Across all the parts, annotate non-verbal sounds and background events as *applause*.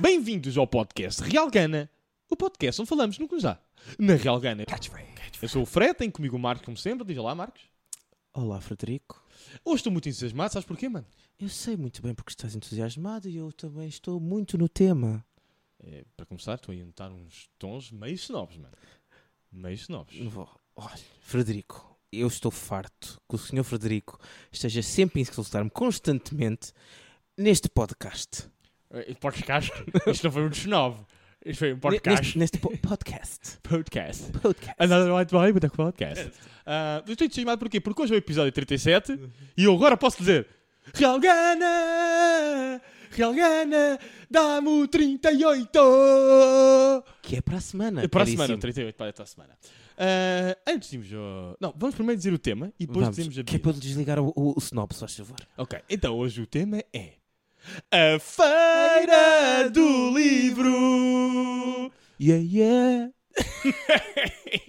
Bem-vindos ao podcast Real Gana, o podcast onde falamos no que nos dá. Na Real Gana. Eu sou o Fred, tenho comigo o Marcos, como sempre. Diz lá, Marcos. Olá, Frederico. Hoje estou muito entusiasmado, sabes porquê, mano? Eu sei muito bem porque estás entusiasmado e eu também estou muito no tema. É, para começar, estou a notar uns tons meio snobs, mano. Meio snobs. Não vou- Olha, Frederico, eu estou farto que o senhor Frederico esteja sempre a insultar-me constantemente neste podcast. Eh, *laughs* Podcast. Isto não foi um snob. Isto foi um Ne- podcast. Ah, Neste, neste po- podcast. Podcast. *laughs* Podcast. Another right way with a podcast. Ah, eu estou entusiasmado porquê? Porque hoje é o episódio 37 e eu agora posso dizer Real Gana! Real Gana! Dá-me o 38! Que é para a semana. É para a caríssimo. semana, 38 para a semana. Ah, antes de irmos ao... Não, vamos primeiro dizer o tema e depois Vamos, dizemos a que é bebida. para eu desligar o, o, o snob, se faz favor. Ok, então hoje o tema é... A Feira do Livro! Yeah, yeah. *laughs*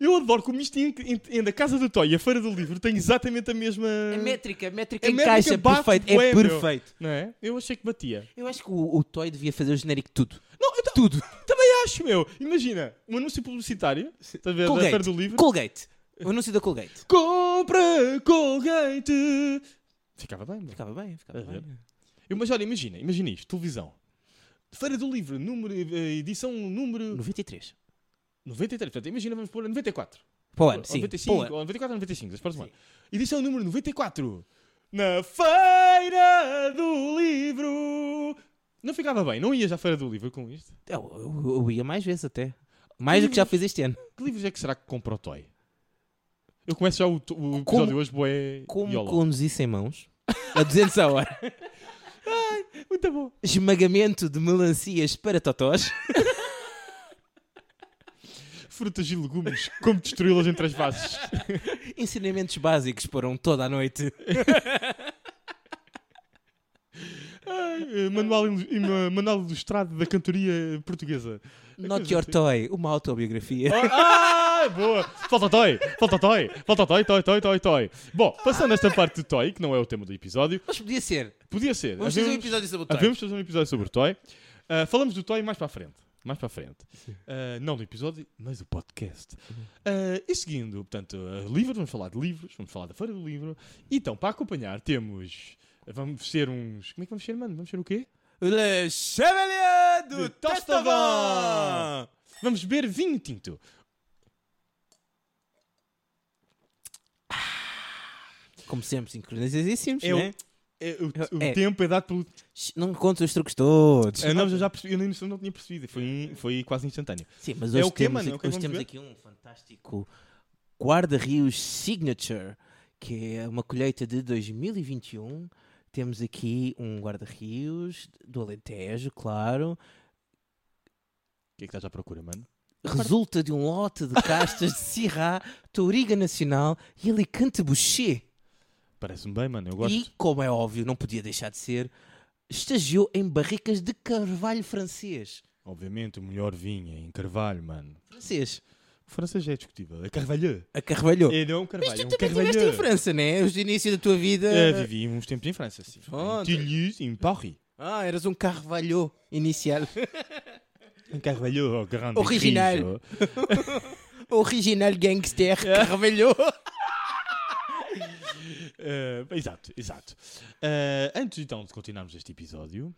Eu adoro como isto en- en- entre a Casa do Toy e a Feira do Livro têm exatamente a mesma... A métrica, a métrica A métrica encaixa, bate perfeito, bué, é meu. perfeito. Não é? Eu achei que batia. Eu acho que o, o Toy devia fazer o genérico de tudo. Não, eu ta- Tudo. também acho, meu. Imagina, um anúncio publicitário, estás a ver, da Colgate. Feira do Livro. Colgate. O anúncio da Colgate. Compra Colgate! Ficava bem, meu. Ficava bem, ficava Estás a bem. Eu- Mas olha, imagina, imagina isto, televisão. Feira do Livro, número, eh, edição número 93. 93. Portanto, imagina, vamos pôr a 94. Para o Ou ano, sim. 95, Para o ano. ou 94 ou 95, das próximas. Edição número 94. Na Feira do Livro! Não ficava bem, não ias à Feira do Livro com isto? Eu, É, eu- eu ia mais vezes até. Mais do que já fiz este ano. Que livros é que será que compra o Toy? Eu começo já o, to- o episódio Como- hoje, boé. Como conduzir sem mãos. A 200 a *laughs* hora. Muito bom. Esmagamento de melancias para totós. Frutas e legumes, como destruí-las entre as *laughs* bases. Ensinamentos básicos para um toda a noite. Ai, eh, manual, ilu- e ma- manual ilustrado da cantoria portuguesa. Not Your Toy. Uma autobiografia. Oh, ah, boa! Falta o toy! Falta o toy! Falta o toy, toy, toy, toy, toy. Bom, passando esta parte do toy, que não é o tema do episódio, Mas podia ser. podia ser. Vamos fazer um episódio sobre o Toy. Havemos de fazer um episódio sobre o toy. Ah, falamos do toy mais para a frente. Mais para a frente. Ah, não do episódio, mas do podcast. Ah, e seguindo, portanto, ah, livros, vamos falar de livros, vamos falar da Feira do Livro. Então, para acompanhar, temos. Vamos ser uns. Como é que vamos ser, mano? Vamos ser o quê? Le Chevalier do Tostavão. Vamos beber vinho tinto. Como sempre, sincronizadíssimos, Eu- né? É, o o É. tempo é dado pelo. Shh, Não conto os truques todos. Ah, não, eu já percebi, eu nem eu não tinha percebido. Foi, um- foi quase instantâneo. Sim, mas É hoje o quê, temos, mano? É o aqui, que hoje vamos temos ver? aqui um fantástico guarda-rios signature, que é uma colheita de 2021. Temos aqui um guarda-rios do Alentejo, claro. O que é que estás à procura, mano? Resulta de um lote de castas de Sirá, Touriga Nacional e Alicante Boucher. Parece-me bem, mano. Eu gosto. E, como é óbvio, não podia deixar de ser, estagiou em barricas de carvalho francês. Obviamente, o melhor vinho é em Carvalho, mano. Francês. O francês é discutível. É Carvalho. A carvalho. É, não, é um Oh. Mas Carvalho. tu é um também estiveste em Carvalho. França, né? Os inícios da tua vida. É, vivi uns tempos em França, sim. Em Pronto. Toulouse, em Paris. Ah, eras um carvalho *laughs* inicial. Em Carvalho, ao grande Original. riso. Original *laughs* gangster carvalho. Eh, exato, exato. Eh, antes então de continuarmos este episódio,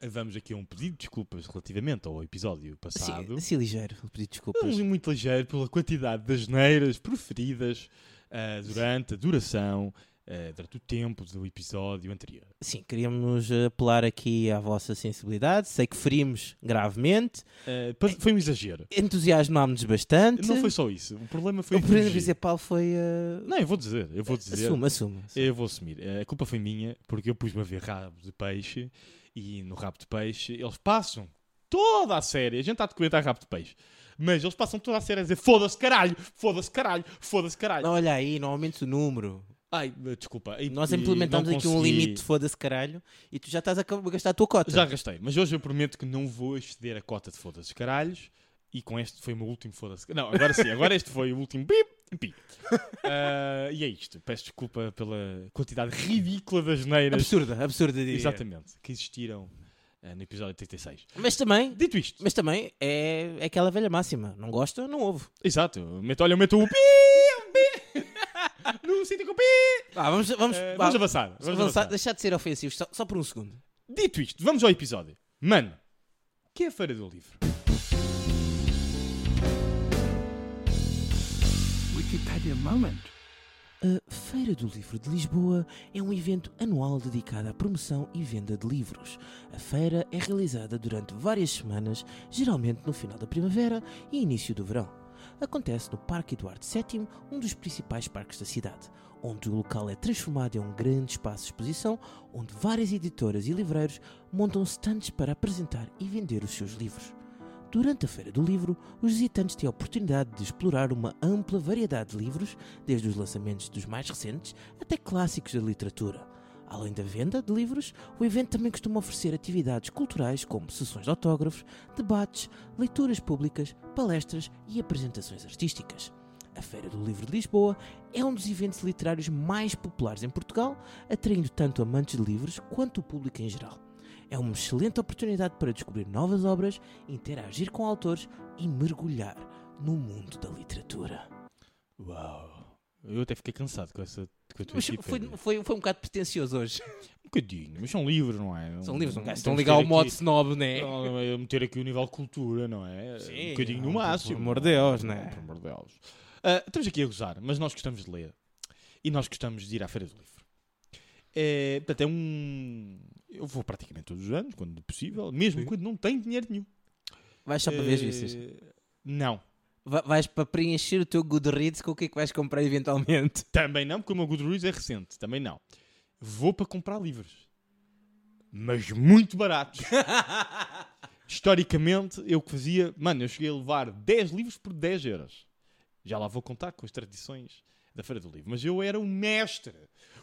eh, vamos aqui a um pedido de desculpas relativamente ao episódio passado. Sim, assim ligeiro, vou pedir desculpas. Um muito ligeiro pela quantidade das neiras proferidas eh, durante a duração, eh, durante o tempo do episódio anterior. Sim, queríamos eh, apelar aqui à vossa sensibilidade. Sei que ferimos gravemente. Eh, É. pas- foi um exagero. Entusiasmámos-nos bastante. Não foi só isso. O problema foi. o problema fingir. principal foi. Uh... Não, eu vou dizer, eu vou dizer. Assume, assume. Eu vou assumir. Eh, A culpa foi minha, porque eu pus-me a ver rabo de peixe e no rabo de peixe eles passam toda a série. A gente está a documentar rabo de peixe, mas eles passam toda a série a dizer foda-se caralho, foda-se caralho, foda-se caralho. Olha aí, não aumenta o número. Ai, desculpa. e- Nós e implementamos não aqui um consegui- limite, foda-se caralho, e tu já estás a ca- a gastar a tua cota. Já gastei, mas hoje eu prometo que não vou exceder a cota de foda-se caralhos. E com este foi o meu último foda-se. Não, agora sim, agora este foi o último. Bip, pi. Ah, e é isto. Peço desculpa pela quantidade ridícula das neiras. Absurda, absurda diria. Exatamente, que existiram ah, no episódio 36. Mas também, Dito isto, mas também é, é aquela velha máxima. Não gosta, não ouve. exato, eu meto, olha, eu meto o pi, pi, *laughs* no sítio com o pi. Ah, vamos, vamos, Ah, vá, vamos avançar. Vamos vamos avançar. avançar, deixar de ser ofensivo só, só por um segundo. Dito isto, vamos ao episódio. Mano, o que é a Feira do Livro? Wikipedia moment. A Feira do Livro de Lisboa é um evento anual dedicado à promoção e venda de livros. A feira é realizada durante várias semanas, geralmente no final da primavera e início do verão. Acontece no Parque Eduardo VII, um dos principais parques da cidade, onde o local é transformado em um grande espaço de exposição onde várias editoras e livreiros montam stands para apresentar e vender os seus livros. Durante a Feira do Livro, os visitantes têm a oportunidade de explorar uma ampla variedade de livros, desde os lançamentos dos mais recentes até clássicos da literatura. Além da venda de livros, o evento também costuma oferecer atividades culturais como sessões de autógrafos, debates, leituras públicas, palestras e apresentações artísticas. A Feira do Livro de Lisboa é um dos eventos literários mais populares em Portugal, atraindo tanto amantes de livros quanto o público em geral. É uma excelente oportunidade para descobrir novas obras, interagir com autores e mergulhar no mundo da literatura. Uau. Eu até fiquei cansado com, essa, com a tua Mas equipa. foi, foi, foi um bocado pretencioso hoje. Um bocadinho, mas são livros, não é? São livros, um não Temos gastam que ligar ao ter *laughs* modo aqui- snob, né? Não, é meter aqui o nível de cultura, não é? Sim, um bocadinho no não, máximo. pelo amor de Deus, não né? Pelo amor de Deus. Ah, estamos aqui a gozar, mas nós gostamos de ler. E nós gostamos de ir à Feira do Livro. É, portanto, é um. Eu vou praticamente todos os anos, quando possível, mesmo Sim. quando não tenho dinheiro nenhum. Vais Uhum. só para ver as vistas. Eh, Não. Va- Vais para preencher o teu Goodreads com o que é que vais comprar eventualmente. Também não, porque o meu Goodreads é recente. Também não. Vou para comprar livros. Mas muito baratos. Historicamente, eu que fazia... Mano, eu cheguei a levar 10 livros por 10 euros. Já lá vou contar com as tradições da Feira do Livro. Mas eu era o mestre.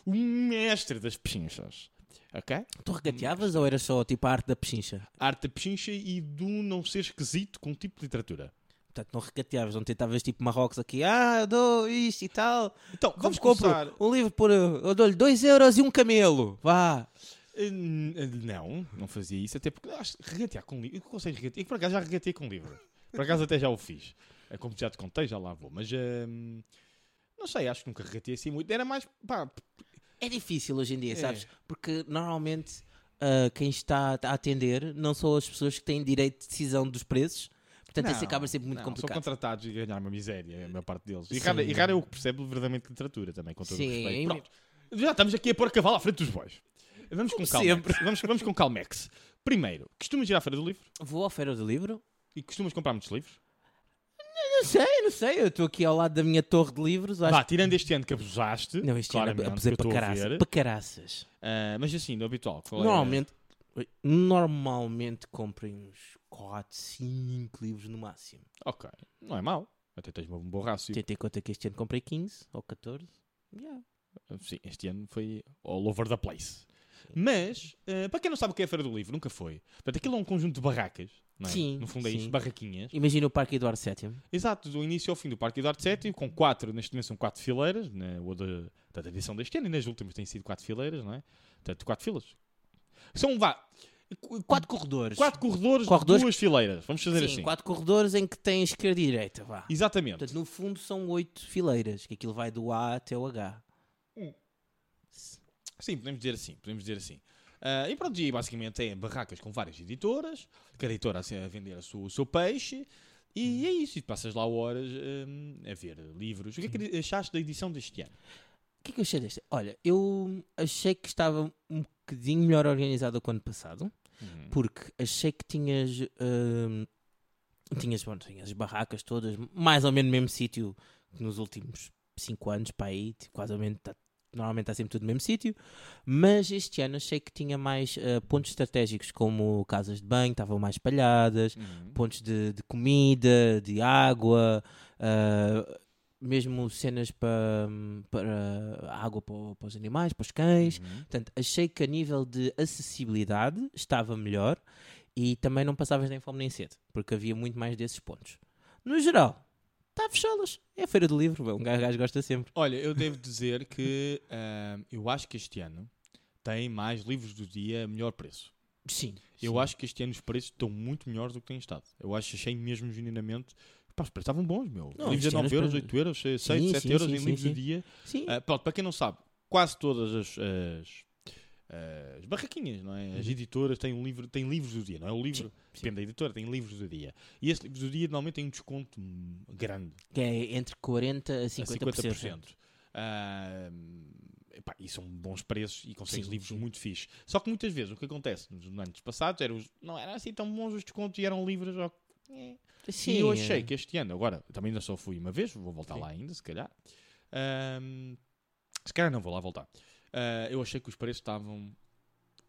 O mestre das pechinchas. Ok? Tu regateavas ou era só tipo a arte da pechincha? Arte da pechincha e do não ser esquisito com o tipo de literatura. Portanto, não regateavas, não tentavas tipo Marrocos aqui, ah, eu dou isto e tal. Então, Vamos vamos compro começar... um livro por. Eu dou-lhe 2 euros e um camelo. Vá. Eh, n- eh, Não, não fazia isso, até porque acho que regatear com livro. Eu consigo regatear. Eu por acaso já regateei com livro. Por acaso até já o fiz. É como já te contei, já lá vou. Mas ehm, não sei, acho que nunca regateei assim muito. Era mais. Pá, p- É difícil hoje em dia, É. sabes? Porque normalmente ah, quem está a atender não são as pessoas que têm direito de decisão dos preços. Portanto, não, isso acaba sempre muito não, São complicado. contratados e ganhar uma miséria, a maior parte deles. E Sim. raro, e raro é o que percebe verdadeiramente literatura também, com todo o Sim, respeito. é Pronto. Já estamos aqui a pôr cavalo à frente dos bois. Vamos com Como calma. sempre. Vamos, vamos com calmex. Primeiro, costumas ir à feira do livro? Vou à feira do livro? E costumas comprar muitos livros? Não sei, não sei. Eu estou aqui ao lado da minha torre de livros. Acho Vá, tirando este ano que abusaste. que... Não, isto é claramente, abusei que eu para estou a caraças. ver. Para caraças. Ah, mas assim, no habitual. qual era? Normalmente, oi, normalmente comprem uns 4, 5 livros no máximo. Ok. Não é mau. Até tens um bom rácio. Tentei conta que este ano comprei 15 ou 14. Yeah. Sim, este ano foi all over the place. Mas, ah, para quem não sabe o que é a Feira do Livro, nunca foi. Portanto, aquilo é um conjunto de barracas. Não é? Sim, No fundo é sim. isto, barraquinhas. Imagina o Parque Eduardo VII. Exato, do início ao fim do Parque Eduardo VII, com quatro, neste momento são quatro fileiras, na ou da, da edição deste ano, e nas últimas têm sido quatro fileiras, não é? Portanto, quatro filas. São, vá, qu- 4 corredores. quatro corredores, Corredores- duas fileiras. Vamos fazer Sim, assim. quatro corredores em que tem esquerda e direita, vá. Exatamente. Portanto, no fundo são oito fileiras, que aquilo vai do A até o H. Sim, podemos dizer assim, podemos dizer assim. Ah, e pronto, e basicamente é barracas com várias editoras, cada editora assim, a vender a sua- o seu peixe, Hum. e é isso, e passas lá horas hum, a ver livros. O que é Hum. que achaste da edição deste ano? O que é que eu achei desta? Olha, eu achei que estava um bocadinho melhor organizado do que o ano passado, porque achei que tinhas. hum, tinhas, bom, tinhas as barracas todas, mais ou menos no mesmo sítio que nos últimos cinco anos, para aí, tipo, quase ou menos tá- Normalmente está sempre tudo no mesmo sítio, mas este ano achei que tinha mais ah, pontos estratégicos, como casas de banho, estavam mais Hum. espalhadas, pontos de, de comida, de água, ah, mesmo cenas para, para água para, o- para os animais, para os cães. Uhum. Portanto, achei que a nível de acessibilidade estava melhor e também não passavas nem fome nem sede, porque havia muito mais desses pontos. No geral, está fechadas. É a feira do livro, bem, um gajo gajo gosta sempre. Olha, eu *laughs* devo dizer que ahm, eu acho que este ano tem mais livros do dia a melhor preço. Sim. Eu acho que este ano os preços estão muito melhores do que têm estado. Eu acho, achei mesmo genuinamente. Pá, os preços estavam bons, meu. Não, livros este a 9 ano euros, os preços- 8 euros, 6, Sim, 7 sim, euros sim, em sim, livros sim. do dia. Sim. Ah, pronto, para quem não sabe, quase todas as, ah, as- as barraquinhas, não é? As Uhum. editoras têm, um livro, têm livros do dia, não é? O livro, sim. depende da editora, tem livros do dia. E esse livro do dia normalmente tem um desconto hum, grande, Que é entre 40% a a 50%. 50%. é. Ah, epá, e são bons preços e consegues Sim, livros sim. muito fixes. Só que muitas vezes o que acontece nos anos passados era os, não eram assim tão bons os descontos e eram livros. ó, eh, Sim, e eu é. achei que este ano, agora, também ainda só fui uma vez, vou voltar Sim. lá ainda, se calhar. Ahm, se calhar não vou lá voltar. Ah, eu achei que os preços estavam.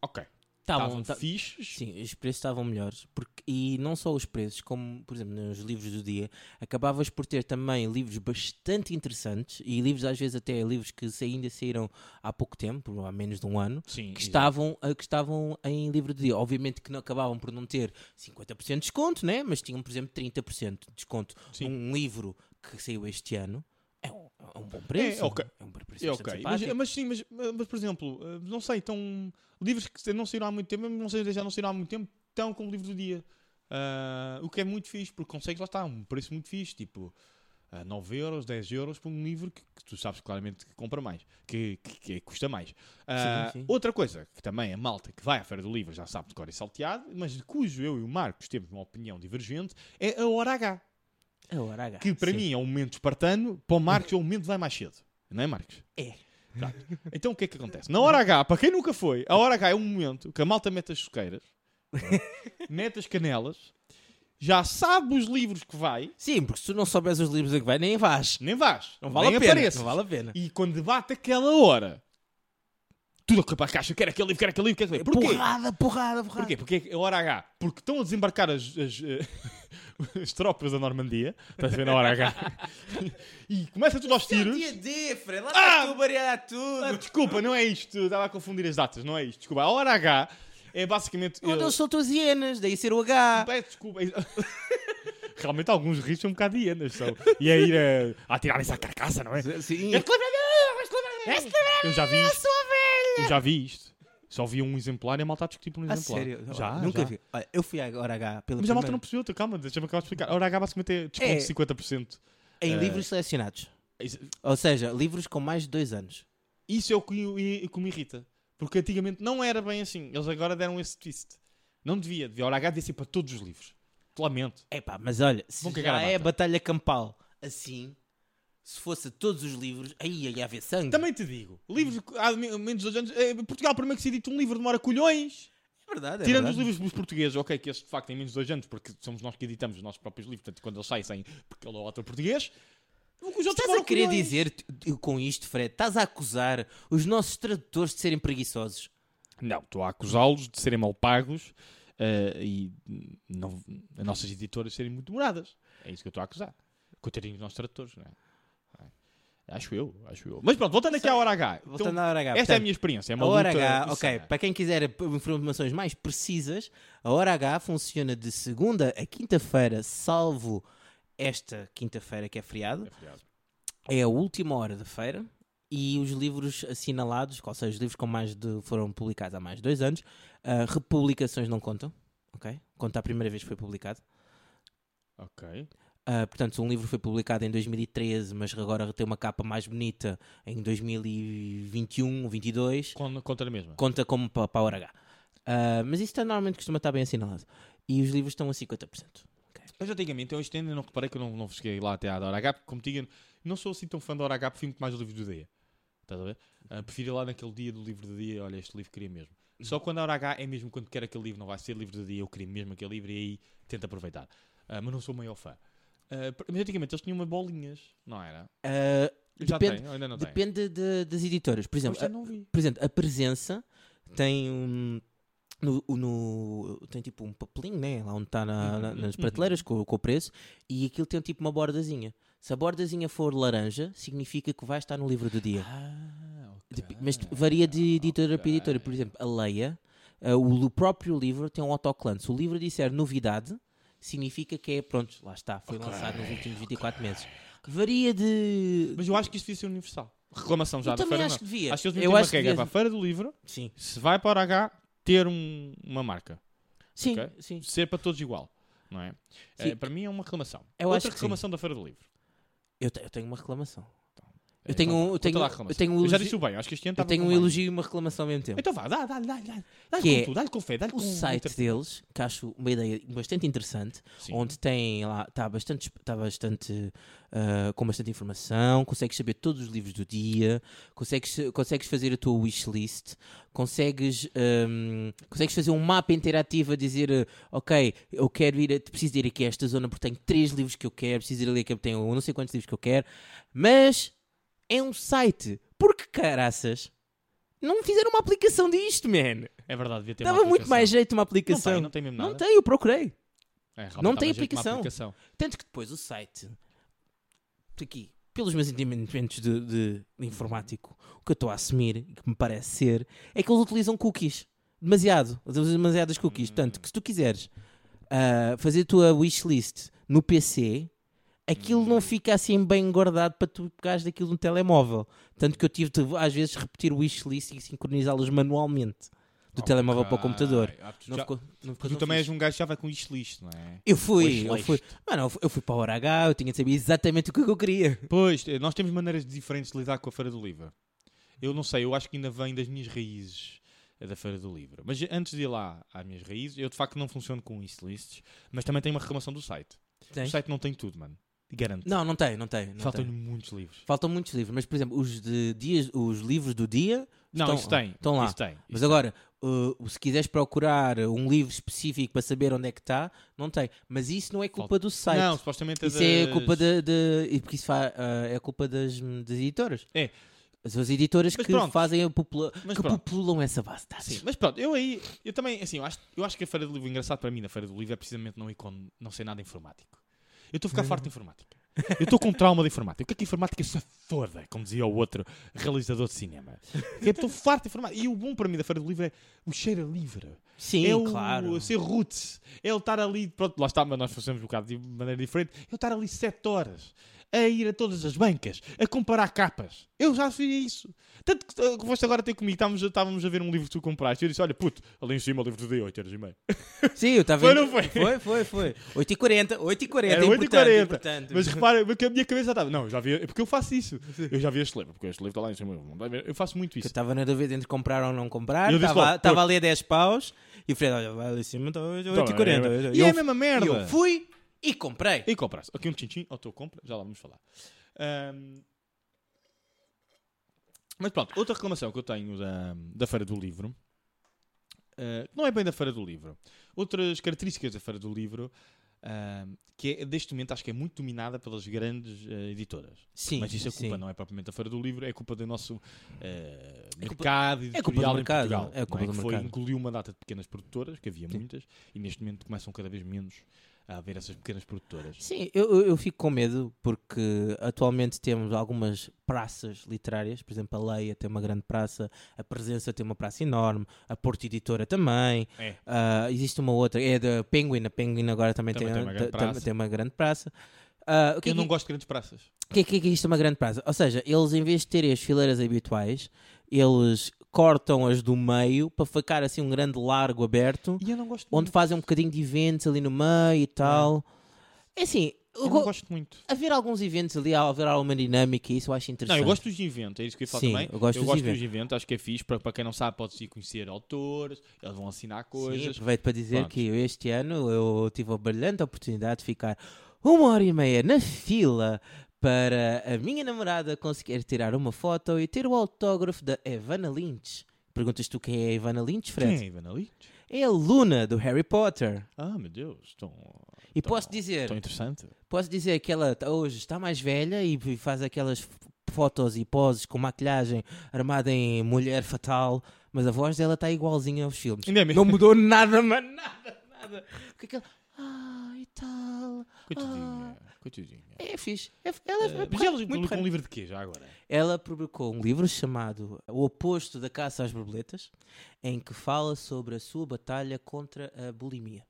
Ok. Tá bom, Estavam tá- fixes. Sim, os preços estavam melhores. Porque, e não só os preços, como, por exemplo, nos livros do dia, acabavas por ter também livros bastante interessantes e livros, às vezes, até livros que se- ainda saíram há pouco tempo, há menos de um ano, Sim, exato. que estavam, eh, que estavam em livro do dia. Obviamente que não, acabavam por não ter 50% de desconto, né? mas tinham, por exemplo, 30% de desconto Sim. num livro que saiu este ano. É um, é um bom preço. ok. É um bom preço. É bastante ok. Mas, simpático. mas sim, mas, mas, por exemplo, ah, não sei, estão. Livros que não saíram há muito tempo, não sei, já não saíram há muito tempo, estão com o livro do dia. Ah, o que é muito fixe, porque consegues, lá está, um preço muito fixe, tipo. ah, 9 euros, 10 euros por um livro que, que tu sabes claramente que compra mais, que, que- que custa mais. Ah, Sim, sim. Outra coisa que também a malta que vai à Feira do Livro já sabe de cor e salteado, mas de cujo eu e o Marcos temos uma opinião divergente, é a hora H, É o horário, que para sim. mim é um momento espartano, para o Marcos é um momento que vai mais cedo. Não é, Marcos? É. Pronto. Então o que é que acontece? Na hora H, para quem nunca foi, a hora H é um momento que a malta mete as *laughs* suqueiras, mete as canelas, já sabe os livros que vai, Sim, porque se tu não souberes os livros a que vai, nem vais. nem vais, Não vale nem a pena. apareces. Não vale a pena. E quando bate aquela hora, tudo a para a caixa, quer aquele livro, quer aquele livro, quer aquele livro. Porquê? Porrada, porrada, porrada. Porquê? Porque é a hora H. Porque estão a desembarcar as, as, eh, *laughs* as tropas da Normandia. Estás a ver na hora H. *laughs* e começa tudo é aos tiros. D, um Fred. Lá estás tu a variar Ah, tudo. desculpa, não é isto. Estava a confundir as datas. Não é isto. Desculpa. A hora H é basicamente... Onde eh, eles soltam as hienas, daí ser o H. Peço desculpa. *laughs* Realmente alguns rios são um bocado hienas. São. E é ir eh, a atirar-se à carcaça, não é? Sim. é Eu já vi isto. Eu já vi isto. Só vi um exemplar e a malta a discutir por um A exemplar. Ah, sério? Já, Nunca já. vi. Olha, eu fui à Hora H pela Mas a primeira malta não percebeu, tá, calma, deixa-me acabar de explicar. A hora H basicamente é desconto É. de 50%. Em Eh, livros selecionados. Isso- Ou seja, livros com mais de dois anos. Isso é o que, o que me irrita. Porque antigamente não era bem assim. Eles agora deram esse twist. Não devia. devia. A hora H devia ser para todos os livros. Lamento. Epá, mas olha, se Vão cagar já a é mata. batalha campal assim, se fosse todos os livros, aí ia haver sangue. Também te digo, livros que há me- menos de dois anos. eh, Portugal, primeiro que se edita um livro, demora colhões. É verdade, é Tirando os verdade. livros dos portugueses, ok, que estes de facto têm menos de dois anos, porque somos nós que editamos os nossos próprios livros, portanto, quando eles saem, saem porque ele é o autor português. Os outros Estás a demoram querer colhões. dizer t- t- com isto, Fred? Estás a acusar os nossos tradutores de serem preguiçosos? Não, estou a acusá-los de serem mal pagos eh, e hum, não, as nossas editoras serem muito demoradas. É isso que eu estou a acusar. Coitadinhos dos nossos tradutores, não é? Não é? Acho eu, acho eu. Mas pronto, voltando aqui à hora H. Então, Voltando à hora esta H. é a portanto, minha experiência, é uma a hora luta H, ok, insana. para quem quiser p- informações mais precisas, a hora H funciona de segunda a quinta-feira, salvo esta quinta-feira que é feriado. É feriado. É a última hora da feira e os livros assinalados, ou seja, os livros com mais de foram publicados há mais de dois anos, ah, republicações não contam, ok? Conta a primeira vez que foi publicado. Ok. Ah, portanto, se um livro foi publicado em 2013, mas agora tem uma capa mais bonita em 2021 ou 22, Con- Conta na mesma. conta como para a hora H. Ah, mas isso tá- normalmente costuma estar bem assinalado. E os livros estão a 50%. Mas antigamente, eu este ano não reparei que eu não, não cheguei lá até à da hora H, porque como te digo, não sou assim tão fã da hora H, prefiro muito mais o livro do dia. Estás a ver? Ah, prefiro ir lá naquele dia do livro do dia, olha, este livro queria mesmo. Só quando a hora H é mesmo quando quer aquele livro, não vai ser livro do dia, eu queria mesmo aquele livro e aí tento aproveitar. Ah, mas não sou o maior fã. Ah, mas antigamente eles tinham uma bolinhas, não era? Ah, Já Depende- tem, ainda não tem. depende de- das editoras. Por exemplo, Mas eu não vi. por exemplo, a presença tem um. No, no- tem tipo um papelinho, né? Lá onde está na- na- nas prateleiras com, com o preço, e aquilo tem tipo uma bordazinha. Se a bordazinha for laranja, significa que vai estar no livro do dia. Ah, Dep- Tipo, Mas varia de editora para editora. Por exemplo, a Leia, eh, o, o próprio livro tem um autoclante. Se o livro disser novidade, significa que é, pronto, lá está, foi lançado nos últimos 24 meses. Varia de. Mas eu acho que isto devia ser universal. Reclamação já eu da também feira. acho não. que devia. Acho que eles eu metiam uma acho que regra para devia. a feira do livro. Sim, Se vai para H, ter um- uma marca. sim, Ok. sim. Ser para todos igual. Não é? Sim. Eh, para mim é uma reclamação. Eu Outra acho que sim. reclamação da feira do livro. Eu, te- eu tenho uma reclamação. Eh, Eu tenho então um- vá, eu conta tenho- lá a reclamação. eu tenho um já elogio- disse o bem. Acho que este ano Eu estava tenho com um bem. elogio e uma reclamação ao mesmo tempo. Então uh, vá, dá, dá, dá, dá, dá Que com é tudo, dá-lhe com fé, dá-lhe O com site muita- deles, que acho uma ideia bastante interessante, Sim. onde tem lá, está bastante, tá bastante ah, com bastante informação, consegues saber todos os livros do dia, consegues, consegues fazer a tua wishlist, consegues, ahm, consegues fazer um mapa interativo a dizer, ah, ok, eu quero ir, a, preciso de ir aqui a esta zona porque tenho três livros que eu quero, preciso ir ali que eu tenho não sei quantos livros que eu quero, mas é um site, porque caraças, não fizeram uma aplicação disto, man. É verdade, devia ter uma Dava muito aplicação. mais jeito uma Não aplicação. tem, não tem mesmo nada. Não tem, eu procurei. É, realmente não dava jeito tem de uma aplicação. aplicação. Tanto que depois o site, aqui, pelos meus entendimentos de, de- de informático, o que eu estou a assumir, e que me parece ser, é que eles utilizam cookies. Demasiado. Eles usam demasiadas cookies. Hum. Tanto que se tu quiseres ah, fazer a tua wishlist no PC, Hum. aquilo não fica assim bem guardado para tu pegares daquilo no telemóvel. Tanto que eu tive de, às vezes, repetir wishlist e sincronizá-los manualmente do telemóvel para o computador. Ah, tu Não já- ficou- não ficou tu tão também fixe. és um gajo que já vai com isto lixo, não é? Eu Pois, fui, eu leste. fui. Mano, eu fui- eu fui para o Hora H, eu tinha de saber exatamente o que eu queria. Pois, eh, nós temos maneiras diferentes de lidar com a Feira do Livro. Eu não sei, eu acho que ainda vem das minhas raízes eh, da Feira do Livro. Mas eh, antes de ir lá às minhas raízes, eu de facto não funciono com isto lists, mas também tenho uma reclamação do site. Tens? O site não tem tudo, mano. Garanto. Não, não tem, não tem. não Faltam-lhe tem. muitos livros. Faltam muitos livros, mas por exemplo, os, de dias, os livros do dia. Não, estão, isso tem. Estão lá. Isso tem. Mas isso agora, uh, se quiseres procurar um livro específico para saber onde é que está, não tem. Mas isso não é culpa do tem. site. Não, supostamente isso é das- culpa de, de- e porque isso fa- ah, é culpa das, das editoras. É. As suas editoras Mas que pronto. fazem a popula- Mas que pronto. populam essa base de dados. Sim, mas pronto, eu aí, eu também, assim, eu acho, eu acho que a Feira do Livro, o engraçado para mim na Feira do Livro é precisamente não, ir com, não ser nada informático. Eu estou a ficar farto de informática. Eu estou com um trauma de informática. O que é que informática se foda, como dizia o outro realizador de cinema. Eu estou farto de informática. E o bom para mim da Feira do Livro é o cheiro a livre. Sim, é o claro. ser roots. É o estar ali, pronto, lá está, mas nós funcionamos um bocado de maneira diferente. É o estar ali sete horas a ir a todas as bancas, a comparar capas. Eu já fiz isso. Tanto que eh, que foste agora ter comigo, estávamos, a- estávamos a ver um livro que tu compraste. Eu disse: Olha, puto, ali em cima o livro do dia, 8 horas e meia. Sim, eu estava. Foi, não foi? Foi, foi, foi. 8h40, 8h40, Era é importante, 8h40. importante. Mas reparem, porque a minha cabeça estava. Não, eu já vi, é porque eu faço isso. Eu já vi este livro, porque este livro está lá em cima. não dá a ver. Eu faço muito Que eu isso. estava na dúvida entre comprar ou não comprar, Eu disse logo, pô. estava ali a 10 paus e o Fred, olha, vai ali em cima, então, hoje é Tá bem, 8h40. é- hoje E é a eu- mesma e merda. eu fui e comprei. E compraste. Aqui um tchim-tchim, ou tua compra, já lá vamos falar. Ahm, Mas pronto, outra reclamação que eu tenho da, da Feira do Livro, ah, que não é bem da Feira do Livro, outras características da Feira do Livro, ahm, que é, deste momento acho que é muito dominada pelas grandes ah, editoras. Sim, Mas isso é culpa, sim. não é propriamente da Feira do Livro, é culpa do nosso eh, É culpa- mercado é culpa do editorial em mercado, Portugal. é culpa não do que foi, mercado. engoliu uma data de pequenas produtoras, que havia Sim. muitas, e neste momento começam cada vez menos a haver essas pequenas produtoras. Sim, eu, eu- eu fico com medo porque atualmente temos algumas praças literárias, por exemplo, a Leia tem uma grande praça, a Presença tem uma praça enorme, a Porto Editora também, É. ah, existe uma outra, é da Penguin, a Penguin agora também, Também tem uma grande ta- praça. tem uma grande praça. Ah, o que é eu não que- gosto de grandes praças. O que, é- que é que isto é uma grande praça? Ou seja, eles em vez de terem as fileiras habituais, eles cortam as do meio para ficar assim um grande largo aberto, E eu não gosto onde muito. fazem um bocadinho de eventos ali no meio e tal. É assim, eu Eu go- não gosto muito. haver alguns eventos ali, haver alguma dinâmica, isso eu acho Não, interessante. eu gosto dos eventos, é isso que eu ia falar Sim, também. eu gosto dos eventos. acho que é fixe. Para, para quem não sabe, pode-se ir conhecer autores, eles vão assinar Sim, é coisas. aproveito para dizer Pronto. que eu este ano eu tive a brilhante oportunidade de ficar uma hora e meia na fila para a minha namorada conseguir tirar uma foto e ter o autógrafo da Evana Lynch. Perguntas tu quem é a Evana Lynch, Fred? Quem é Ivan Ali? É a Luna do Harry Potter. Ah, meu Deus, tão, E Então, posso dizer, tão interessante. posso dizer que ela tá- hoje está mais velha e faz aquelas f- fotos e poses com maquilhagem armada em mulher fatal, mas a voz dela está igualzinha aos filmes. Ainda é mesmo. Não mudou nada, mano. Nada, nada. Porque aquela. Ah, e tal. Coitadinha. Coitadinha. É fixe. É, ela é, Eh, Mas porra, ela muito publicou porra. um livro de quê já agora? Ela publicou um livro chamado O Oposto da Caça às Borboletas, em que fala sobre a sua batalha contra a bulimia.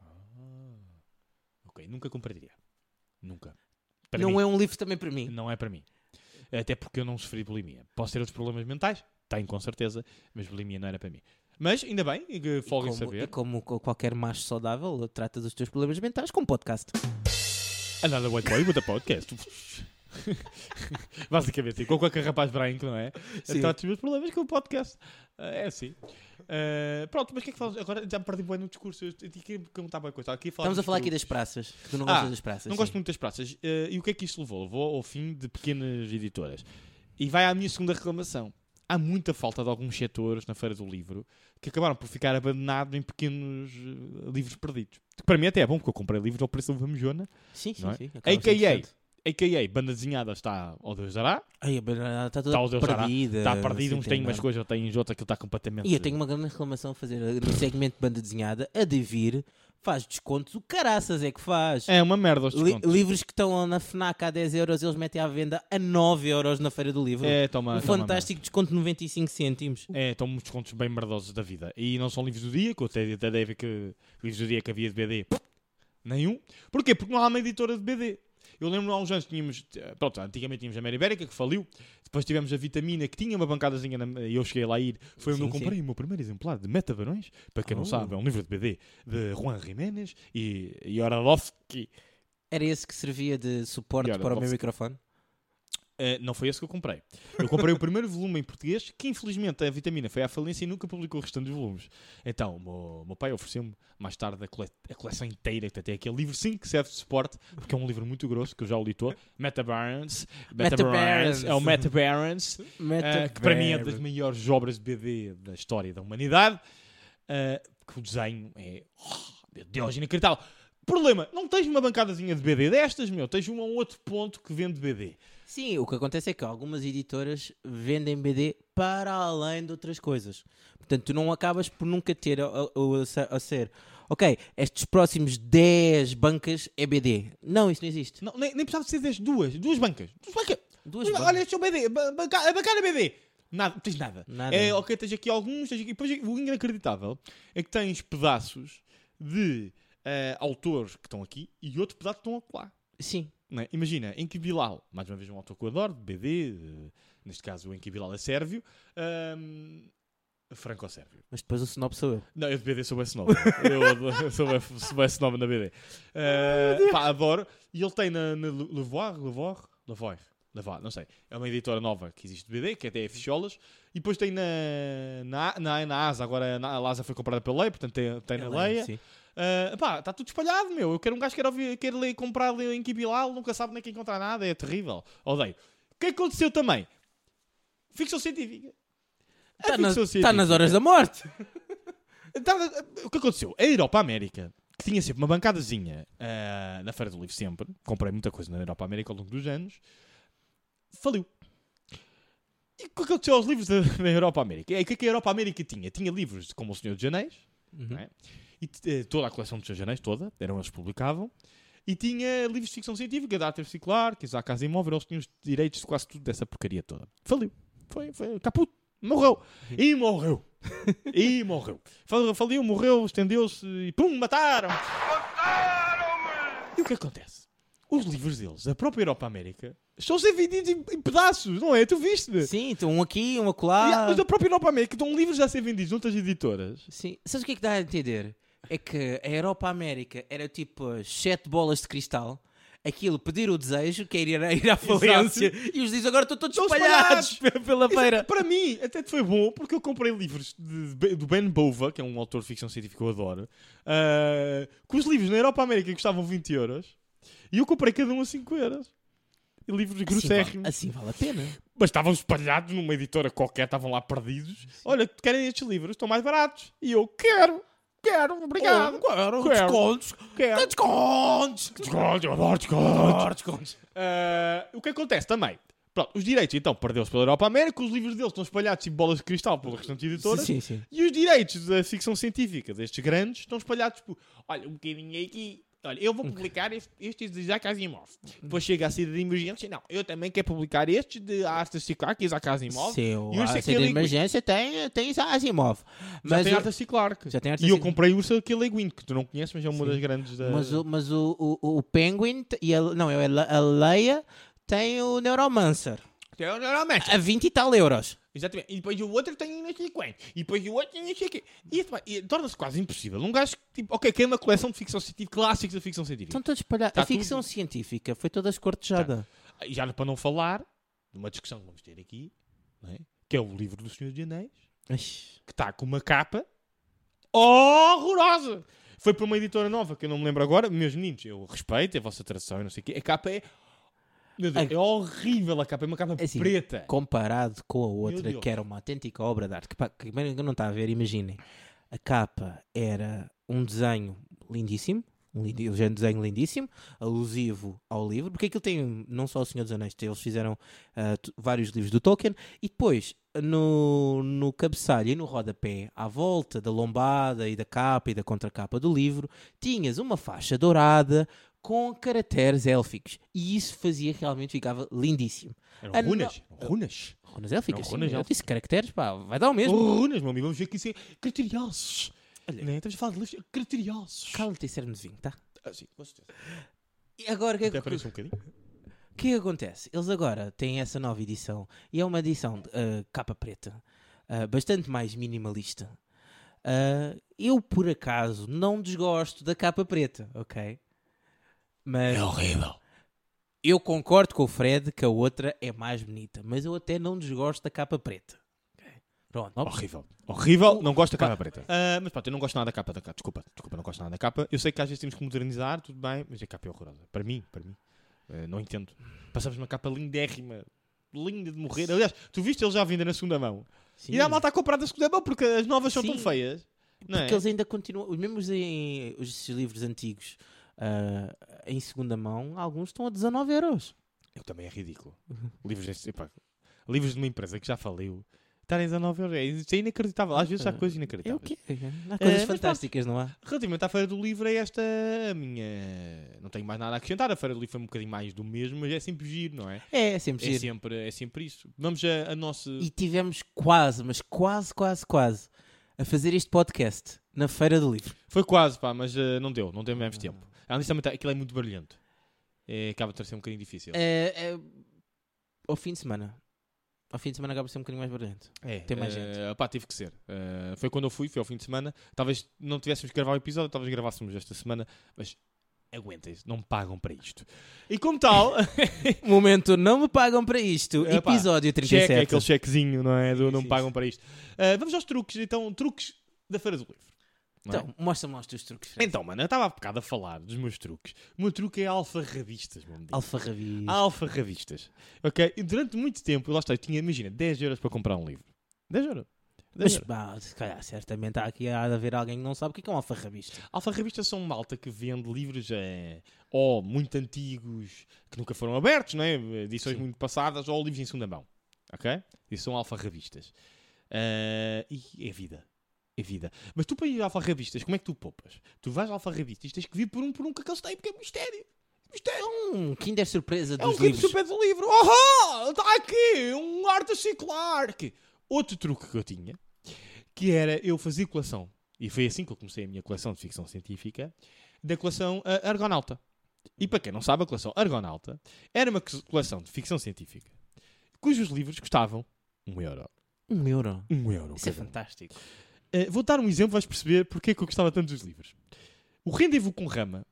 Ah, Ok, nunca compraria. Nunca. não é um livro também para mim. Não é para mim. Até porque eu não sofri bulimia. Posso ter outros problemas mentais? Tenho, com certeza. Mas bulimia não era para mim. Mas, ainda bem, que folguem como, e saber. como co- qualquer macho saudável, trata dos teus problemas mentais com podcast. Então, Another White Boy with a podcast. *laughs* Basicamente, igual qualquer rapaz branco, não é? Sim. Trata os meus problemas com o podcast. Ah, é assim. Ah, pronto, mas o que é que falas? Agora já me perdi bem no discurso. Eu eu tinha que perguntar uma coisa. Aqui Estamos a dos falar aqui frutos. das praças. que Tu não Ah, gostas das praças. Não sim. gosto muito das praças. Eh, e o que é que isto levou? Levou ao fim de pequenas editoras. E vai à minha segunda reclamação. Há muita falta de alguns setores na Feira do Livro que acabaram por ficar abandonados em pequenos eh, livros perdidos. Que para mim até é bom, porque eu comprei livros ao preço da Vamejona. Sim, sim, não é? sim. acaba AKA. sendo interessante. A.K.A. Banda Desenhada está ao Deus dará. Ai, a banana está toda Está ao Deus dará. perdida. Está não tá perdido. um sei, Uns têm umas nada. coisas, outros têm outras. Aquilo está completamente... E eu tenho um uma grande reclamação a fazer eh, no segmento de banda desenhada. A Devir faz descontos. O caraças é que faz. É uma merda os Li- descontos. livros que estão na FNAC a 10 euros, eles metem à venda a 9 euros na feira do livro. É, toma, um toma fantástico desconto de 95 cêntimos. É, estão muitos contos bem merdosos da vida. E não são livros do dia, que eu até, até dei ver que livros do dia que havia de BD, nenhum. Porquê? Porque não há uma editora de BD. Eu lembro há uns anos tínhamos, eh, pronto, antigamente tínhamos a Mera Ibérica, que faliu. Depois tivemos a Vitamina, que tinha uma bancadazinha, na- e eu cheguei lá a ir. Foi onde eu Sim, sim. comprei o meu primeiro exemplar de Meta Barões. Para quem Oh. não sabe, é um livro de BD de Juan Jiménez e e Oradowski. Era esse que servia de suporte Pior, para o posso- meu microfone? Eh, não foi esse que eu comprei. Eu comprei o primeiro volume em português, que infelizmente a Vitamina foi à falência e nunca publicou o restante dos volumes. Então, o meu, o meu pai ofereceu-me mais tarde a, cole- a coleção inteira, que até aquele livro sim que serve de suporte, porque é um livro muito grosso, que eu já o li todo. Meta Barons. Meta Meta Barons. Barons. É o Meta Barons, eh, que para mim é das maiores obras de BD da história da humanidade. eh, que o desenho é. Oh, meu Deus, inacreditável. Problema, não tens uma bancadazinha de BD destas, meu. Tens um ou outro ponto que vende BD. Sim, o que acontece é que algumas editoras vendem BD para além de outras coisas. Portanto, tu não acabas por nunca ter a, a- a ser- a ser. Ok, estes próximos 10 bancas é BD. Não, isso não existe. Não, nem, nem precisava de ser das duas. Duas bancas. Duas bancas. Duas Olha, bancas. Olha, este é o BD. ba- banca- A bancada BD. Nada, não tens nada. Nada. É, ok, tens aqui alguns. Tens aqui, depois, o inacreditável é que tens pedaços de eh, autores que estão aqui e outro pedaço que estão lá. Sim, Não é? Imagina, Enki Bilal, mais uma vez um autor que eu adoro, de BD, eh, neste caso o Enki Bilal é sérvio, ahm, franco-sérvio. mas depois o Sinop sou eu. Não, eu de BD sou bem snob. eu adoro- *laughs* eu sou bem- sou bem snob na BD. Eh, pá, adoro. E ele tem na, na Le- Levoir, Levoir, Levoir, Levoir, não sei. É uma editora nova que existe de BD, que até é Ficholas. E depois tem na, na, na, na Asa, agora na, a Asa foi comprada pela Leia, portanto tem, tem na Ela é, Leia. sim. Eh, pá, está tudo espalhado, meu. Eu quero um gajo que quer, ouvir, quer ler, comprar ler em Kibilal, nunca sabe nem que encontrar nada, é terrível. Odeio. O que é que aconteceu também? Ficção científica. A Está Tá nas- É ficção está nas científica. horas da morte. Tava- o que aconteceu? A Europa América, que tinha sempre uma bancadazinha ah, na Feira do Livro, sempre, comprei muita coisa na Europa América ao longo dos anos, faliu. E o que aconteceu aos livros da, da Europa América? É, o que é que a Europa América tinha? Tinha livros como O Senhor dos Anéis, não é? e t- eh, toda a coleção dos Senhor dos Anéis, toda, eram eles que publicavam, e tinha livros de ficção científica, da Arthur Clarke, Isaac Casa Imóvel, eles tinham os direitos de quase tudo dessa porcaria toda. Faliu. Foi, foi, caputo. Morreu. E morreu. E morreu. Fal- Faliu, morreu, estendeu-se e pum, mataram. Mataram-me! E o que acontece? Os livros deles, a própria Europa América, estão sendo vendidos em, em pedaços, não é? Tu viste? Sim, então um aqui, um E há- acolá. Mas a própria Europa América, estão livros a ser vendidos junto às editoras. Sim. Sabes o que é que dá a entender? É que a Europa América era tipo as sete bolas de cristal. Aquilo, pedir o desejo, que é ir, a- ir à falência. E os diz agora estão todos Estão espalhados, Assim pela Isso, é feira. Para mim, até foi bom, porque eu comprei livros de- de- do Ben Bova, que é um autor de ficção científica que eu adoro, ah, que os livros na Europa América custavam 20 euros, e eu comprei cada um a 5 euros. E livros Assim vale, grossérrimos. assim vale a pena. Mas estavam espalhados numa editora qualquer, estavam lá perdidos. Olha, querem estes livros? Estão mais baratos. E eu, quero, quero, obrigado. claro, Quero. descontos. quero. Descontos. Desconto, eu adoro desconto. Descontos. Ah, o que acontece também? Pronto, os direitos então perdeu-se pela Europa América, os livros deles estão espalhados tipo bolas de cristal pelas restantes editoras. Sim, sim. E os direitos da ficção científica destes grandes estão espalhados por. Olha, um bocadinho aqui. Olha, eu vou Um publicar este- estes de Isaac Asimov. Hum. Depois chega a saída de emergência. Não, eu também quero publicar estes de Arthur C. Clarke e Isaac Asimov. Se eu E é o a Shaquille saída de O'Neal- emergência tem, tem já Asimov. já Mas, tem o- Arthur C. Clarke. já tem Arthur E eu C. comprei o Ursula K. Le Guin, que tu não conheces, mas é uma Sim. das grandes da... mas, o, mas o, o, o Penguin t- e a, não, é a Le- a Leia tem o Neuromancer É o Neuromancer. a 20 e tal euros. Exatamente. E depois o outro tem não sei quanto. E depois o outro tem não sei quê. E, isso, pá, e torna-se quase impossível. Um gajo que, tipo, ok, quer uma coleção de ficção científica, clássicos da ficção científica. Estão todos espalhados. Tá então, tipo, a ficção tudo- científica foi toda escortejada. E já para não falar de uma discussão que vamos ter aqui, não é? que é o livro do Senhor dos Anéis, Ixi. que está com uma capa horrorosa. Foi para uma editora nova, que eu não me lembro agora. Meus meninos, eu respeito é a vossa tradução e não sei o quê. A capa é... Meu Deus, A- é horrível a capa. É uma capa É assim, preta. Comparado com a outra, Deus. que era uma autêntica obra de arte, que, pá, que bem que não está a ver, imaginem. A capa era um desenho lindíssimo, um, lindi- um desenho lindíssimo, alusivo ao livro, porque aquilo tem um, não só o Senhor dos Anéis, tem- eles fizeram ah, tu- vários livros do Tolkien, e depois no, no cabeçalho e no rodapé, à volta da lombada e da capa e da contracapa do livro, tinhas uma faixa dourada com caracteres élficos, e isso fazia realmente ficava lindíssimo. Eram Ah, não. runas. eram runas. Runas élficas, Não, sim, runas assim, eu élficas. disse caracteres, pá, vai dar o mesmo. Oh, runas, meu amigo. Vamos ver que isso é criteriosos. Né? Estamos a falar de livros criteriosos. Cala-te e serve-me de vinho, tá? Ah, sim, com certeza. E agora o que é Até que, aparece um bocadinho. o que é que acontece? Eles agora têm essa nova edição e é uma edição de ah, capa preta, ah, bastante mais minimalista. Ah, eu, por acaso, não desgosto da capa preta, ok? Mas horrível. eu concordo com o Fred que a outra é mais bonita, mas eu até não desgosto da capa preta. ok? Pronto, Horrível. Horrível. Não gosto da pá. capa preta. Ah, mas pronto, eu não gosto nada da capa da capa. Desculpa, desculpa, não gosto nada da capa. Eu sei que às vezes temos que modernizar, tudo bem, mas a capa é horrorosa. Para mim, para mim. Ah, não entendo. Passamos uma capa lindérrima. Linda de morrer. Aliás, tu viste eles já vinda na segunda mão. Sim. E dá malta a comprar da segunda mão porque as novas são tão Sim. feias. Não é? Porque eles ainda continuam, os mesmos em os esses livros antigos ah, em segunda mão, alguns estão a 19 euros. Eu também é ridículo. Livros, desse- epá, livros de uma empresa que já faliu. Estarem a 19 euros. é- Isso é inacreditável. Às vezes há coisas É o inacreditáveis. quê? Há coisas tá, mas fantásticas, não há? Relativamente à Feira do Livro, é esta a minha. Não tenho mais nada a acrescentar. A Feira do Livro foi um bocadinho mais do mesmo, mas é sempre giro, não é? É, é sempre É giro. sempre, é sempre isso. Vamos a, a nossa. E tivemos quase, mas quase, quase, quase a fazer este podcast na Feira do Livro. Foi quase, pá, mas eh, não deu, não tivemos Ah. tempo. Além disso, também tá- aquilo é muito barulhento. É, acaba de ser um bocadinho difícil. É, é, ao fim de semana. Ao fim de semana acaba por ser um bocadinho mais *laughs* barulhento. É, tem mais eh, gente. pá, tive que ser. Eh, foi quando eu fui, foi ao fim de semana. Talvez não tivéssemos que gravar o episódio, talvez gravássemos esta semana, mas aguentem-se, não me pagam para isto. E como *laughs* tal, Momento, não me pagam para isto. Epá, Episódio cheque, 37. é aquele chequezinho, não é? Do Sim, não sim, me pagam sim. para isto. Ah, vamos aos truques, então, truques da Feira do Livro. não é? Então, mostra-me lá os teus truques. Fred. Então, mano, eu estava há bocado a falar dos meus truques. O meu truque é alfarrabistas, meu amigo. Alfarrabi. Alfarrabistas. Ok? E durante muito tempo, lá está, eu tinha, imagina, 10 euros para comprar um livro. 10 euros. 10 Mas, euros. pá, se calhar, certamente há aqui há de haver alguém que não sabe o que é que é um alfarrabista. Alfarrabistas são malta que vende livros eh, ou muito antigos que nunca foram abertos, não é? edições Sim. muito passadas, ou livros em segunda mão. Ok? E são alfarrabistas. Ah, e é vida. É vida. Mas tu para ir a alfarrabistas, como é que tu poupas? Tu vais a alfarrabistas, tens que vir por um por um que aqueles têm, porque é mistério. Mistério. Um Kinder Surpresa É um dos livro livros. super do livro. Oh, está aqui um Arthur C. Clarke. Outro truque que eu tinha, que era eu fazer coleção. E foi assim que eu comecei a minha coleção de ficção científica, da coleção ah, Argonauta. E para quem não sabe, a coleção Argonauta era uma co- coleção de ficção científica cujos livros custavam um euro. Um euro. Um euro. Isso é cada um. fantástico. Ah, vou dar um exemplo, vais perceber porque é que eu gostava tanto dos livros. O Rendezvous com Rama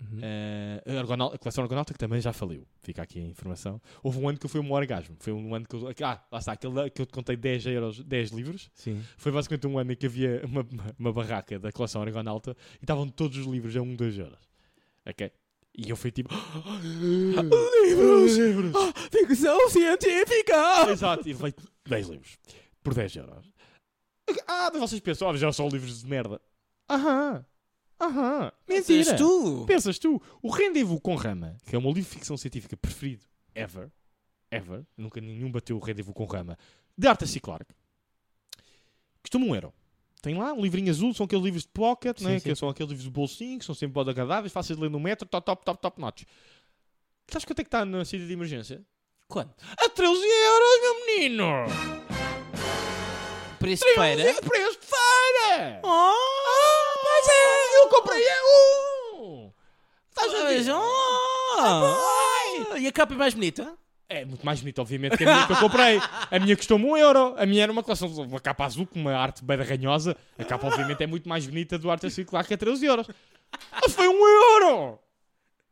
Uhum. É. eh, a, Argonauta- a coleção Argonauta que também já faliu. Fica aqui a informação. Houve um ano que eu fui um orgasmo. Foi um ano que eu. Ah, lá está, aquele da- que eu te contei 10 euros, 10 livros. Sim. Foi basicamente um ano em que havia uma, uma- uma barraca da coleção Argonauta e estavam todos os livros a 1, 2 euros. Ok? E eu fui tipo. Ah, livros! livros! Ficção científica! Exato, e levei 10 livros por 10 euros. Ah, mas vocês pensam, ah, já são livros de merda. Aham, aham, mentira. Mentira! tu! Pensas tu, o Rendezvous com Rama, que é o meu livro de ficção científica preferido ever, ever, nunca nenhum bateu o rendezvous com rama, de Arthur C. Clarke, costuma um euro. Tem lá um livrinho azul, são aqueles livros de pocket, Sim, né? sim. que são aqueles livros de bolsinho, que são sempre bode agradáveis, fáceis de ler no metro, top, top, top, top notch. Sabes quanto é que está na saída de emergência? Quanto? A 13 euros, meu menino! Preço 13 para. é preço de feira! Oh, Mas é, eu comprei é um! Estás a ver? Mas, oh, E a capa é mais bonita? É muito mais bonito, obviamente, que a minha que eu comprei. A minha custou-me um euro. A minha era uma coleção, uma capa azul com uma arte bem ranhosa. A capa, obviamente, é muito mais bonita do Arte Circular que é 13 euros. Mas foi um euro!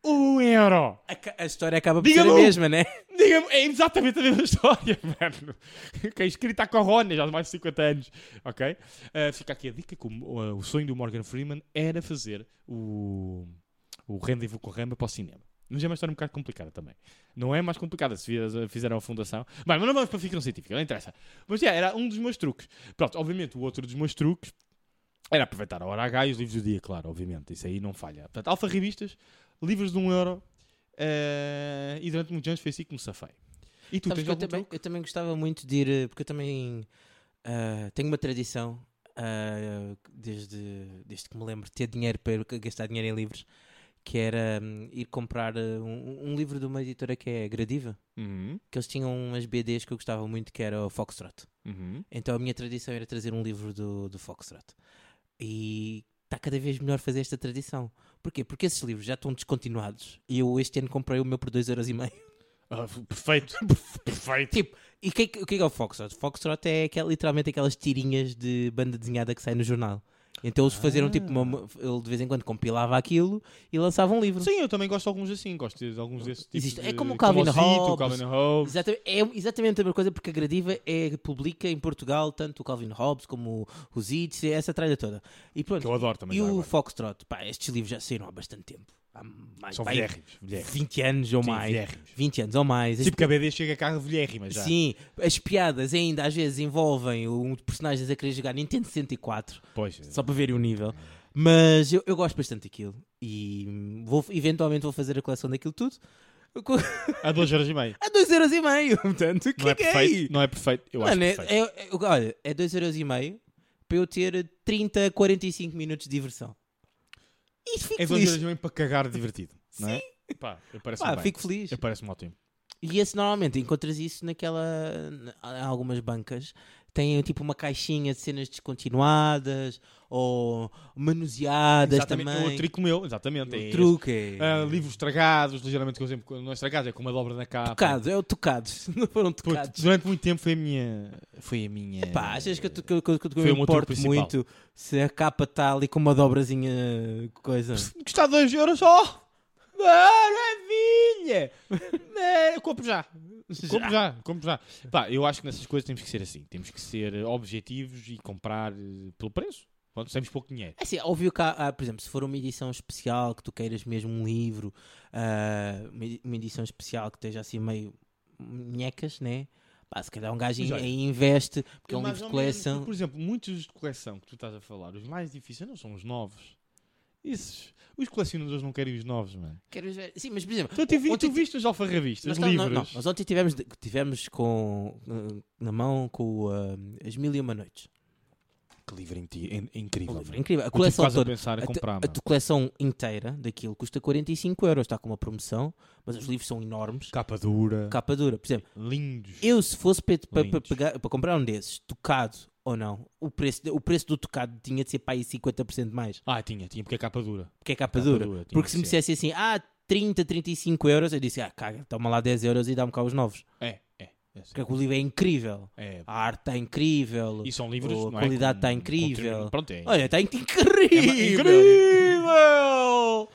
Um euro! A, ca- a história acaba por Diga-me ser um. a mesma, né? Diga-me, é exatamente a mesma história, *laughs* mano. *laughs* Que é escrita à corona já há mais de 50 anos, ok? Eh, fica aqui a dica que o, eh, o sonho do Morgan Freeman era fazer o, o Rendezvous com Rama para o cinema. Mas é uma história um bocado complicada também. Não é mais complicada se fizer- fizeram a fundação. Bem, mas não vamos para a ficção científica, não interessa. Mas já, era um dos meus truques. Pronto, obviamente o outro dos meus truques era aproveitar a hora H e os livros do dia, claro, obviamente. Isso aí não falha. Portanto, alfa revistas, livros de um euro. eh, e durante muitos anos foi assim que me safei. E tu tens Sabes que eu, algum também, truque? eu também gostava muito de ir, eh, porque eu também ah, tenho uma tradição, ah, desde, desde que me lembro, de ter dinheiro para gastar dinheiro em livros, que era hum, ir comprar ah, um, um livro de uma editora que é Gradiva, Uhum, que eles tinham umas BDs que eu gostava muito, que era o Foxtrot. uhum. Então a minha tradição era trazer um livro do, do Foxtrot. E está cada vez melhor fazer esta tradição. Porquê? Porque esses livros já estão descontinuados. E eu este ano comprei o meu por 2,5€. Ah, f- perfeito, *laughs* perfeito. Tipo, e o que, é que- o que é que é o Foxtrot? Foxtrot é aquel- literalmente aquelas tirinhas de banda desenhada que sai no jornal. Então eles faziam tipo, Ah. uma, ele de vez em quando compilava aquilo e lançava um livro. Sim, eu também gosto de alguns assim, gosto de alguns desses tipos. Existe- é de- como o Calvin Zito, o Hobbes. Calvin Hobbes. Exatamente, é exatamente a mesma coisa porque a Gradiva é, publica em Portugal tanto o Calvin Hobbes como o Zitz, é essa tralha toda. E pronto, Que eu adoro também. E já o agora. Foxtrot, pá, estes livros já saíram há bastante tempo. Há mais, São vai, vilérrimos. vilérrimos. 20 anos ou Sim, mais. vilérrimos. 20 anos ou mais. As- Tipo que a BD chega cá vilérrima já. Sim, as piadas ainda às vezes envolvem um personagens a querer jogar Nintendo 64, Pois. só para verem o nível. Mas eu, eu gosto bastante daquilo e hum, vou, eventualmente vou fazer a coleção daquilo tudo *laughs* co- Há duas horas e *laughs* meia. a 2,5€. *laughs* Portanto, o que Não é é que é aí? perfeito. Não é perfeito. Eu acho Mano, é, perfeito. é- é- olha, é 2,5€ para eu ter 30 a 45 minutos de diversão. E fico É duas feliz. horas e meia para cagar divertido. Não é? Pá, eu parece-me Pá, bem. fico feliz. Eu parece-me ótimo. E esse normalmente encontras isso naquela. em algumas bancas. Tem tipo uma caixinha de cenas descontinuadas ou manuseadas Exatamente. também. O truque meu, exatamente. é O esse. truque é. Ah, livros estragados, ligeiramente, que eu sempre. Não é estragados, é com uma dobra na capa. Tocado, *laughs* é o tocados. Não foram Puto, tocados. durante muito tempo foi a minha. Foi a minha. Pá, achas que eu, que eu- que eu- que eu Foi o me meu truque importo principal. muito se a capa está ali com uma dobrazinha coisa? Custar 2 euros só! Maravilha! Mara- Compro já. Compro já, compro já. Pá, eu acho que nessas coisas temos que ser assim. Temos que ser eh, objetivos e comprar eh, pelo preço. Pronto, temos pouco dinheiro. É assim, óbvio que há, há, por exemplo, se for uma edição especial que tu queiras mesmo um livro, ah, uma edi- uma edição especial que esteja assim meio nhecas, né? Pá, se calhar um gajo Mas in- olha, aí investe, porque é um Mais livro de ou menos, coleção. por exemplo, muitos dos de coleção que tu estás a falar, os mais difíceis não são os novos. Esses, os colecionadores não querem os novos, mano. Queres ver- Sim, mas por exemplo, Tu, Então tive, ontem tu viste os alfarrabistas, nós, os tá- não, livros. não, nós ontem tivemos, de- tivemos com, eh, na mão com ah, As Mil e Uma Noites. Que livro inti- in- incrível. Um livro mano. incrível. A Eu tive coleção quase a toda. pensar a te- comprar, a mano. tua coleção inteira daquilo custa 45 euros, está com uma promoção, mas os livros são enormes. Capa dura, Capa dura, por exemplo. lindos. Eu, se fosse para, para- para Lindos. pegar- para comprar um desses, tocado ou não, o preço, o preço do tocado tinha de ser para aí 50% mais. Ah, tinha, tinha, porque é capa dura. Porque é capa, Capa dura. dura, tinha Porque que se me ser. dissesse assim, ah, 30, 35 euros, eu disse, ah, caga, toma lá 10 euros e dá-me cá os novos. É, é. é assim. Porque é que o livro é incrível. É, A arte está incrível. E são livros. Ah, a não é? qualidade Com- está com incrível. trilho- Pronto, é. Olha, está é incrível. ma- incrível!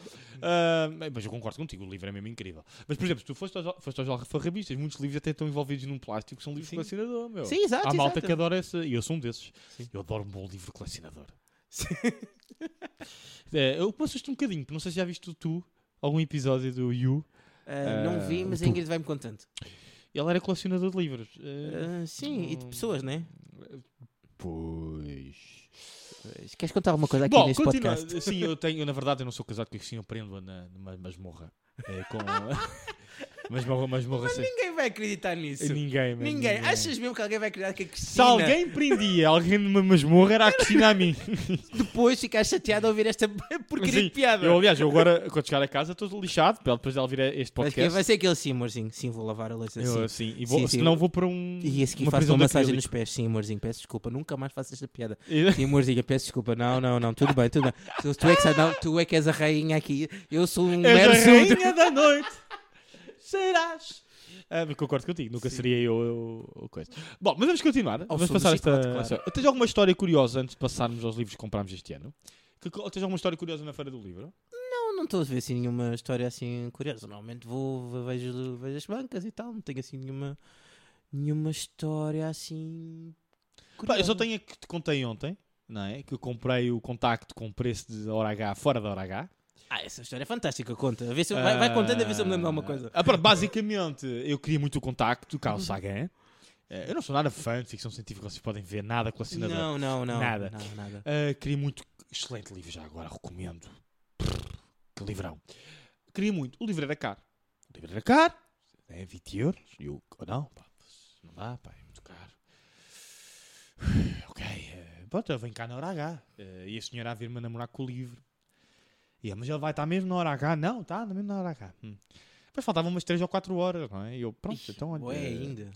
Ah, mas eu concordo contigo, o livro é mesmo incrível. Mas, por exemplo, se tu foste aos, foste aos alfarrabistas, muitos livros até estão envolvidos num plástico, que são livros de Sim. colecionador, meu. Sim, exato, Há malta exato. que adora essa, e eu sou um desses. Sim. Eu adoro um bom livro colecionador. Sim. *laughs* É, eu assusto um bocadinho, porque não sei se já viste tu algum episódio do You. Ah, não vi, Ah, mas a tu- Ingrid vai-me contando. Ele era colecionador de livros. Ah, Ah, sim, e de Hum. pessoas, né? Pois. Queres contar alguma coisa aqui Bom, neste continua. podcast? *laughs* *laughs* Sim, eu tenho, eu, na verdade, eu não sou casado com a Cristina, eu prendo-a na- numa eh, *laughs* masmorra. É, com... Mas morro, mas morro Mas assim. ninguém vai acreditar nisso. Ninguém. Ninguém, mano, Achas mesmo que alguém vai acreditar que a Cristina Se alguém prendia alguém numa masmorra, era a Cristina a *laughs* mim. depois ficar chateada a ouvir esta *laughs* porcaria Sim, de piada? Eu, aliás, eu agora, quando chegar a casa, estou lixado. pá, Depois de ela vir a este Mas que um podcast. vai ser aquele sim, amorzinho. Sim, vou lavar a louça. Eu, sim. assim, e Sim, vou, sim, senão eu- vou para um. E a seguir uma faço prisão uma de massagem nos acrílico. pés. Sim, amorzinho, peço desculpa. Nunca mais faço esta piada. E- Sim, amorzinho, peço desculpa. Não, não, não. Tudo bem, tudo bem. Tu, tu é que, não, tu é que és a rainha aqui. Eu sou um És mero a súdito. rainha da noite. Serás. Ah, mas concordo contigo, nunca seria eu, eu, eu coisa. Bom, mas vamos continuar. vamos sul do passar esta. Chicote, claro. Tens alguma história curiosa antes de passarmos aos livros que comprámos este ano? Que, co- tens alguma história curiosa na Feira do Livro? Não, não estou a ver assim nenhuma história assim curiosa. Normalmente vou, ve- vejo, vejo as bancas e tal. Não tenho assim nenhuma, nenhuma história assim. Pá, eu só curiosa. tenho a que te contei ontem, não é? Que eu comprei o contacto com preço de hora H fora da hora H. Ah, essa história é fantástica. Conta. A ver se, vai, vai contando a ver se eu me lembro de alguma coisa. Ah, pronto, basicamente, eu queria muito o contacto, Carl Sagan. Eh, Eu não sou nada fã de ficção científica, vocês podem ver, nada colecionador. Não, não, não. Nada. Não, nada. Uh, queria muito. Excelente livro, já agora recomendo. Prrr, Que livrão. Queria muito. O livro era caro. O livro era caro. É 20 euros. E eu, oh, não, pá, não dá, pá, é muito caro. *sighs* Ok, eh, pronto, eu venho cá na hora H. Eh, e a senhora a vir-me namorar com o livro. E eu, mas ele vai estar mesmo na hora H? Não, está mesmo na hora H. Hum. Depois faltavam umas 3 ou 4 horas, não é? E eu, pronto, então olha. Ué, eh, *laughs* ainda.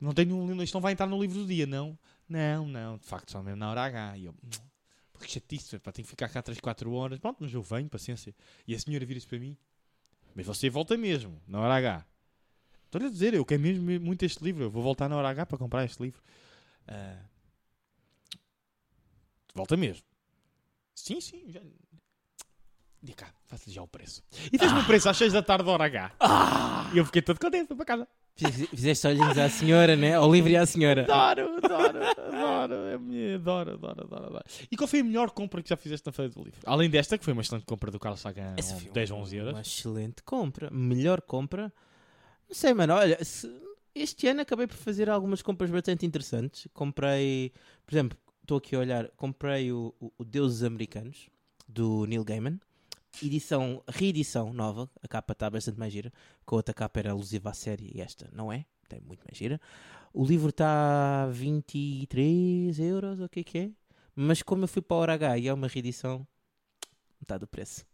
não tem nenhum livro, isto não vai entrar no livro do dia, não. Não, não, de facto, só mesmo na hora H. E eu, porque chatice, pá, tenho que ficar cá 3, 4 horas. Pronto, mas eu venho, paciência. E a senhora vira-se para mim, mas você volta mesmo, na hora H. Estou-lhe a dizer, eu quero mesmo muito este livro, eu vou voltar na hora H para comprar este livro. Ah, volta mesmo. Sim, sim, já... Diga cá, faço-lhe já o preço. E fez-me o preço às 6 da tarde, hora H. E eu fiquei todo contente, fui para casa. Fiz- Fizeste olhinhos à senhora, né? Ao livro e à senhora. Adoro, adoro, adoro, é a minha- adoro, adoro, adoro, adoro. E qual foi a melhor compra que já fizeste na Feira do Livro? Além desta, que foi uma excelente compra do Carlos Sagan, Essa foi 10 uma- ou 11 euros. é Uma excelente compra. Melhor compra. Não sei, mano. Olha, se- este ano acabei por fazer algumas compras bastante interessantes. Comprei, por exemplo, estou aqui a olhar, comprei o, o, o Deuses Americanos, do Neil Gaiman. Edição, reedição nova. A capa está bastante mais gira. Com a outra capa era alusiva à série e esta não é. Tem muito mais gira. O livro está a 23 euros, o que é que é? Mas como eu fui para a hora H e é uma reedição, metade do preço.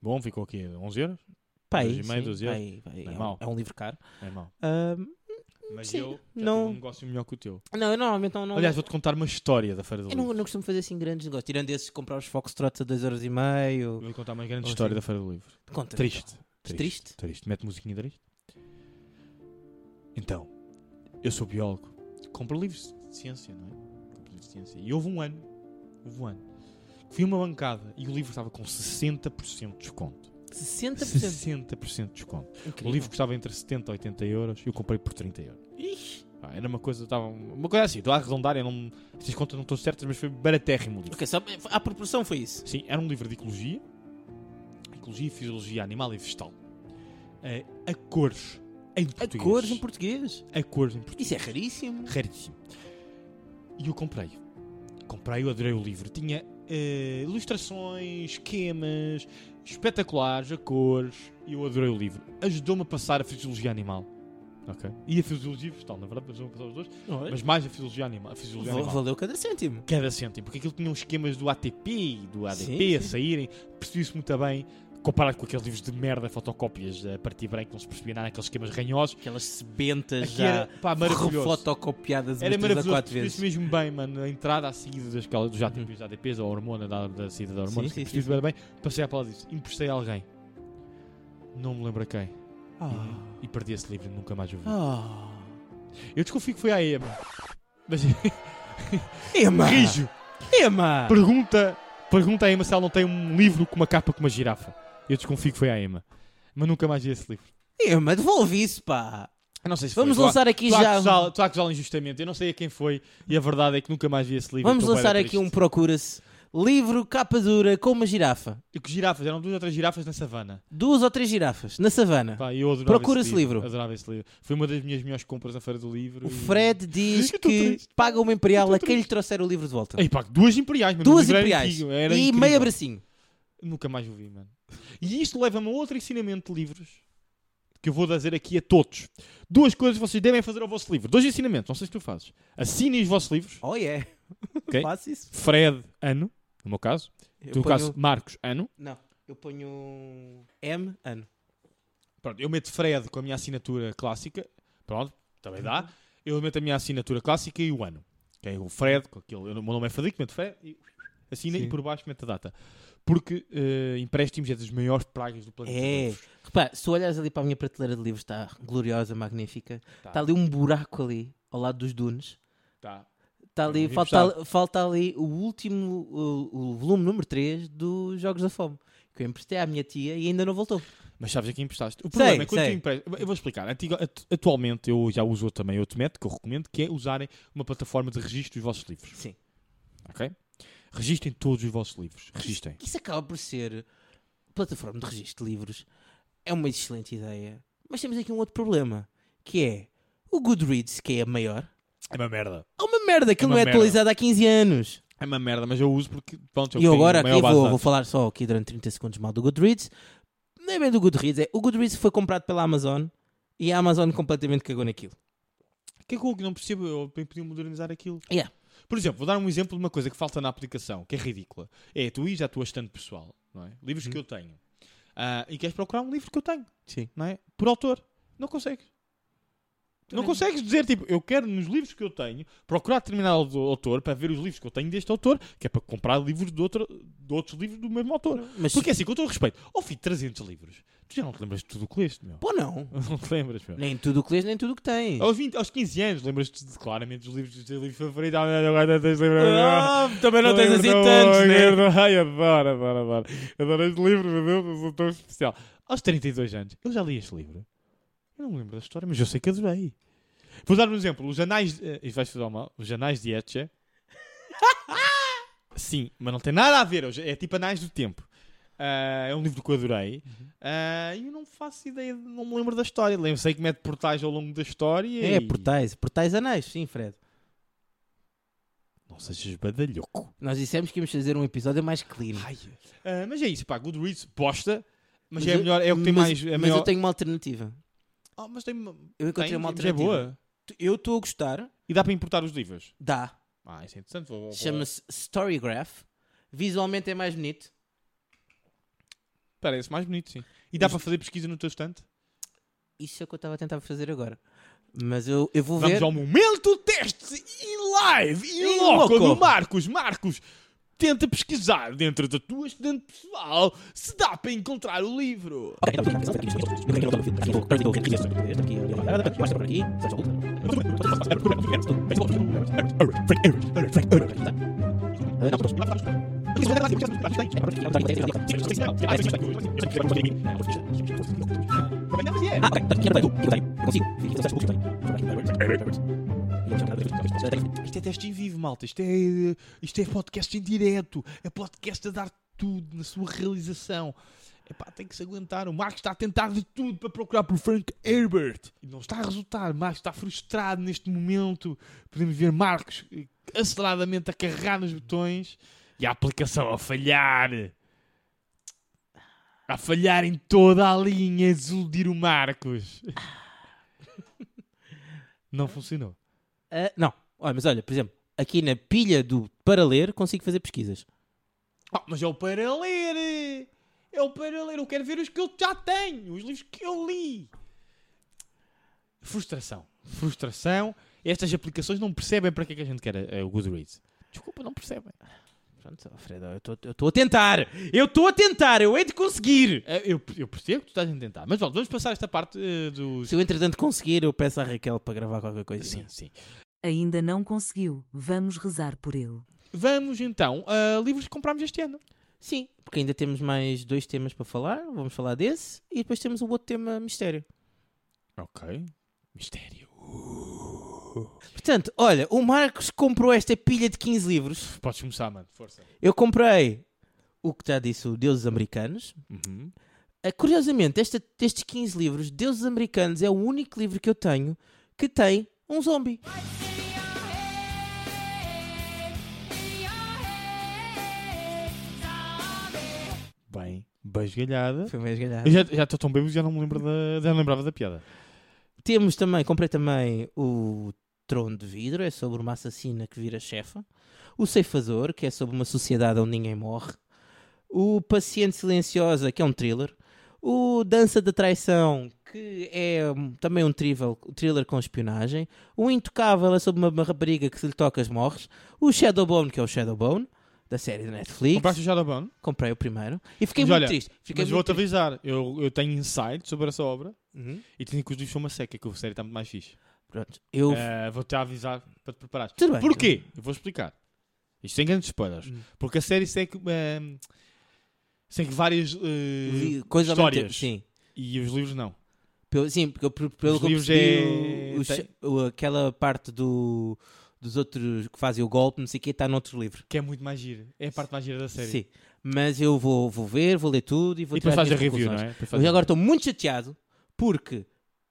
Bom, ficou aqui 11 euros, Pai, Dois e meio, dois euros. é, Não é um- mau. é um livro caro. é mau. Ahm, Mas Sim, eu já não- tive um negócio melhor que o teu. não, eu normalmente não. não Aliás, vou-te contar uma história da Feira do eu Livro. não, não costumo fazer assim grandes negócios. Tirando esses, comprar os Foxtrots a 2,5€. Vou-te contar uma grande Ou história assim. da Feira do Livro. Conta. Triste. Triste. Triste. Triste. Mete musiquinha triste. Então, eu sou biólogo. Compro livros de ciência, não é? Compro livros de ciência. E houve um ano, houve um ano, que fui a uma bancada e o livro estava com 60% de desconto. então. 60%. 60% de desconto. *laughs* Incrível. O livro custava entre 70 e 80 euros e eu comprei por 30 euros. Ah, Era uma coisa, estava uma coisa assim, estou a arredondar, eu não, estas contas não estão certas, mas foi baratérrimo o livro. Ok, é só, a proporção foi isso. Sim, era um livro de ecologia, ecologia, fisiologia animal e vegetal, eh, a cores em A português. cores em português. A cores em português. Isso é raríssimo. Raríssimo. E eu comprei. Comprei, eu adorei o livro. Tinha eh, ilustrações, esquemas, espetaculares, a cores. E eu adorei o livro. Ajudou-me a passar a fisiologia animal. Ok. E a fisiologia vegetal, na verdade, ajudou-me a passar os dois. é? Mas é mais a fisiologia animal. A fisiologia Val- animal Valeu cada cêntimo. cada cêntimo, porque aquilo tinha uns esquemas do ATP e do ADP Sim, a sim. saírem, percebi-se muito bem, comparado com aqueles livros de merda, fotocópias eh, a partir branca, não se percebia nada, aqueles esquemas ranhosos. Aquelas sebentas Aqui já era, pá, maravilhoso. fotocopiadas Era umas três a maravilhoso, quatro percebi-se vezes. Uhum. mesmo bem, mano, a entrada à seguida das, cal- dos ATPs, da ADPs, a hormona da, da saída da hormona, Sim, sim, percebi-se sim, bem, passei a palavra disso, emprestei a alguém, não me lembro a quem, Ah. e perdi esse livro, e nunca mais o vi. Ah. Eu desconfio que foi à EMA, mas *laughs* Emma! rijo, Emma! *laughs* Pergunta, pergunta à Emma se ela não tem um livro com uma capa com uma girafa. Eu desconfio que foi à Emma. Mas nunca mais vi esse livro. Emma, devolve isso, pá! Eu não sei se Vamos foi. lançar aqui Estou a- estou a já. um- acusá-la- Estou a acusá-lo injustamente. Eu não sei a quem foi e a verdade é que nunca mais vi esse livro. Vamos Estou bué da lançar aqui um triste. Procura-se. Livro capa dura com uma girafa. E que girafas? Eram duas ou três girafas na savana. Duas ou três girafas na savana. Pá, eu adorava Procura esse esse livro. livro. Adorava esse livro. Foi uma das minhas melhores compras na feira do livro. O e- Fred diz Eu tô que triste. paga uma imperial Eu a tô quem lhe trouxer o livro de volta. Ei, pá, duas imperiais, mano. Duas O livro era imperiais. antigo, era E incrível. meio abracinho. Nunca mais o vi, mano. E isto leva-me a outro ensinamento de livros que eu vou dizer aqui a todos. Duas coisas que vocês devem fazer ao vosso livro. Dois ensinamentos, não sei se tu fazes. Assinem os vossos livros. Oh, yeah. *laughs* Ok. Faço isso. Fred, ano, no meu caso. Eu No ponho- um- caso, Marcos, ano. Não, eu ponho M, ano. Pronto, eu meto Fred com a minha assinatura clássica. Pronto, também dá. Eu meto a minha assinatura clássica e o ano. Que é o Fred, com aquele, o meu nome é Frederico, meto Fred e assina Sim. e por baixo meto a data. Porque eh, empréstimos é das maiores pragas do planeta. É. Livros. Repara, se tu olhares ali para a minha prateleira de livros, está gloriosa, magnífica. Tá. Está ali um buraco ali, ao lado dos dunes. Tá. Está Eu ali, não vi falta, falta ali o último, o, o volume número 3 dos Jogos da Fome, que eu emprestei à minha tia e ainda não voltou. Mas sabes a quem emprestaste? O problema é quando sei. tu emprestas. Eu vou explicar. Antigo- at- atualmente eu já uso também outro método que eu recomendo, que é usarem uma plataforma de registro dos vossos livros. Sim. Ok? Registrem todos os vossos livros. Registrem. Isso acaba por ser plataforma de registro de livros. É uma excelente ideia. Mas temos aqui um outro problema, que é o Goodreads, que é a maior. É uma merda. É uma merda, aquilo É uma não é merda. atualizado há 15 anos. É uma merda, mas eu uso porque. Pronto, eu E eu tenho agora a um maior aqui base de vou, vou dados. falar só aqui durante 30 segundos mal do Goodreads. Não é bem do Goodreads, é o Goodreads foi comprado pela Amazon e a Amazon completamente cagou naquilo. Que é que eu não percebo? Eu bem podia modernizar aquilo. Yeah. Por exemplo, vou dar um exemplo de uma coisa que falta na aplicação, que é ridícula. É tu ires à tua estante pessoal, não é? Livros que eu tenho. Ah, e queres procurar um livro que eu tenho, Uhum. Sim. não é? Por autor. Não consegues. Não bem. consegues dizer, tipo, eu quero nos livros que eu tenho procurar determinado do- autor para ver os livros que eu tenho deste autor, que é para comprar livros de, outro, de outros livros do mesmo autor. Mas Porque assim, com todo o respeito, ou fui 300 livros, tu já não te lembras de tudo o que leste, meu. pô, não. *laughs* Não te lembras, meu. Nem tudo o que lês, nem tudo o que tens. Aos, 20, aos 15 anos, lembras-te de, claramente dos livros dos teus livros favoritos. Ah, eu agora tens livros. Ah, também não tens assim Livro do- tantos, né? Ai, adoro, adoro, adoro. Adoro este livro, meu Deus, eu sou tão especial. Aos 32 anos, eu já li este livro. Eu não me lembro da história, mas eu sei que adorei. Vou dar um exemplo. Os Anais. eh, Isto vais fazer mal. Os Anais de *laughs* Etche. Sim, mas não tem nada a ver. É tipo Anais do Tempo. Ah, é um livro que eu adorei. Uhum. Ah, e eu não faço ideia, não me lembro da história. Lembro, sei que mete portais ao longo da história. É, e- portais, portais anais, sim, Fred. Não sejas badalhoco. Nós dissemos que íamos fazer um episódio mais clean. Ai. Ah, mas é isso, pá. Goodreads, bosta. Mas, Mas é eu- melhor, é o que tem mas, mais. É mas maior... eu tenho uma alternativa. Ah, mas tem. tem, Eu encontrei uma mas é alternativa. boa. Eu estou a gostar, E dá para importar os livros. dá. Ah, isso é interessante. Vou, vou- Chama-se Storygraph. Visualmente é mais bonito. Parece mais bonito, sim. E dá Mas- para fazer pesquisa no teu estante? Isso é o que eu estava a tentar fazer agora. Mas eu, eu vou ver. Vamos ao momento teste em live, Em em loco, loco. do Marcos. Marcos, tenta pesquisar dentro da tua estante pessoal se dá para encontrar o livro. Isto é teste em vivo, malta. Isto é, isto é podcast em direto. É podcast a dar tudo na sua realização. Epá, tem que se aguentar. O Marcos está a tentar de tudo para procurar por Frank Herbert. E não está a resultar. Marcos está frustrado neste momento. Podemos ver Marcos eh, aceleradamente a carregar nos botões e a aplicação a falhar. A falhar em toda a linha, a desiludir o Marcos. *laughs* Não funcionou. Ah, não, olha, mas olha, por exemplo, aqui na pilha do para ler consigo fazer pesquisas. Ah, mas é o para ler! É o para ler, eu quero ver os que eu já tenho, os livros que eu li. Frustração. Frustração. Estas aplicações não percebem para que é que a gente quer eh, o Goodreads. Desculpa, não percebem. Pronto, oh, Fred, eu estou- eu estou a tentar! Eu estou a tentar! Eu hei de conseguir! Eh, Eu, eu percebo que tu estás a tentar. Mas pronto, vamos passar esta parte eh, dos. Se eu entretanto conseguir, eu peço à Raquel para gravar qualquer coisa. Sim, sim. Ainda não conseguiu, vamos rezar por ele. Vamos então a livros que comprámos este ano. Sim, porque ainda temos mais dois temas para falar. Vamos falar desse e depois temos o outro tema mistério. Ok. Mistério. Portanto, olha, o Marcos comprou esta pilha de 15 livros. Podes começar, mano. Força. Eu comprei o que já disse, o Deuses Americanos. Uhum. Ah, Curiosamente, esta, destes 15 livros, Deuses Americanos é o único livro que eu tenho que tem um zombie. Bem, bem esgalhada. Foi bem esgalhado. Eu já já estou tão bêbado que já não me lembro da, já não lembrava da piada. Temos também, comprei também o Trono de Vidro, é sobre uma assassina que vira chefa. O Ceifador, que é sobre uma sociedade onde ninguém morre. O Paciente Silenciosa, que é um thriller. O Dança da Traição, que é hum, também um thriller, thriller com espionagem. O Intocável é sobre uma- uma rapariga que se lhe tocas morres. O Shadowbone, que é o Shadowbone, da série da Netflix. Compraste o Shadowbone? Comprei o primeiro. E fiquei Mas muito olha, triste. Fiquei Mas vou-te muito avisar, eu, eu tenho insight sobre essa obra triste. Uhum. e tenho que os livros são uma seca, que a série está muito mais fixe. Pronto. Eu... Eh, Vou-te avisar para te preparares. Tudo bem. Hum. Porquê? Eu vou explicar. Isto sem grandes spoilers. Porque a série segue, eh, segue várias eh, Li- coisa ao mesmo tempo, histórias Sim. e os livros não. Pelo, sim, porque eu, por- pelo Os que eu livros percebi, é- o- o tem- che- o- aquela parte do, dos outros que fazem o golpe, não sei o quê, está noutro livro. Que é muito mais gira. É a parte mais gira da série. Sim. Mas eu vou, vou ver, vou ler tudo e vou E tirar depois as fazes a minhas review, não conclusões. é? Depois Eu fazes- agora estou muito chateado porque,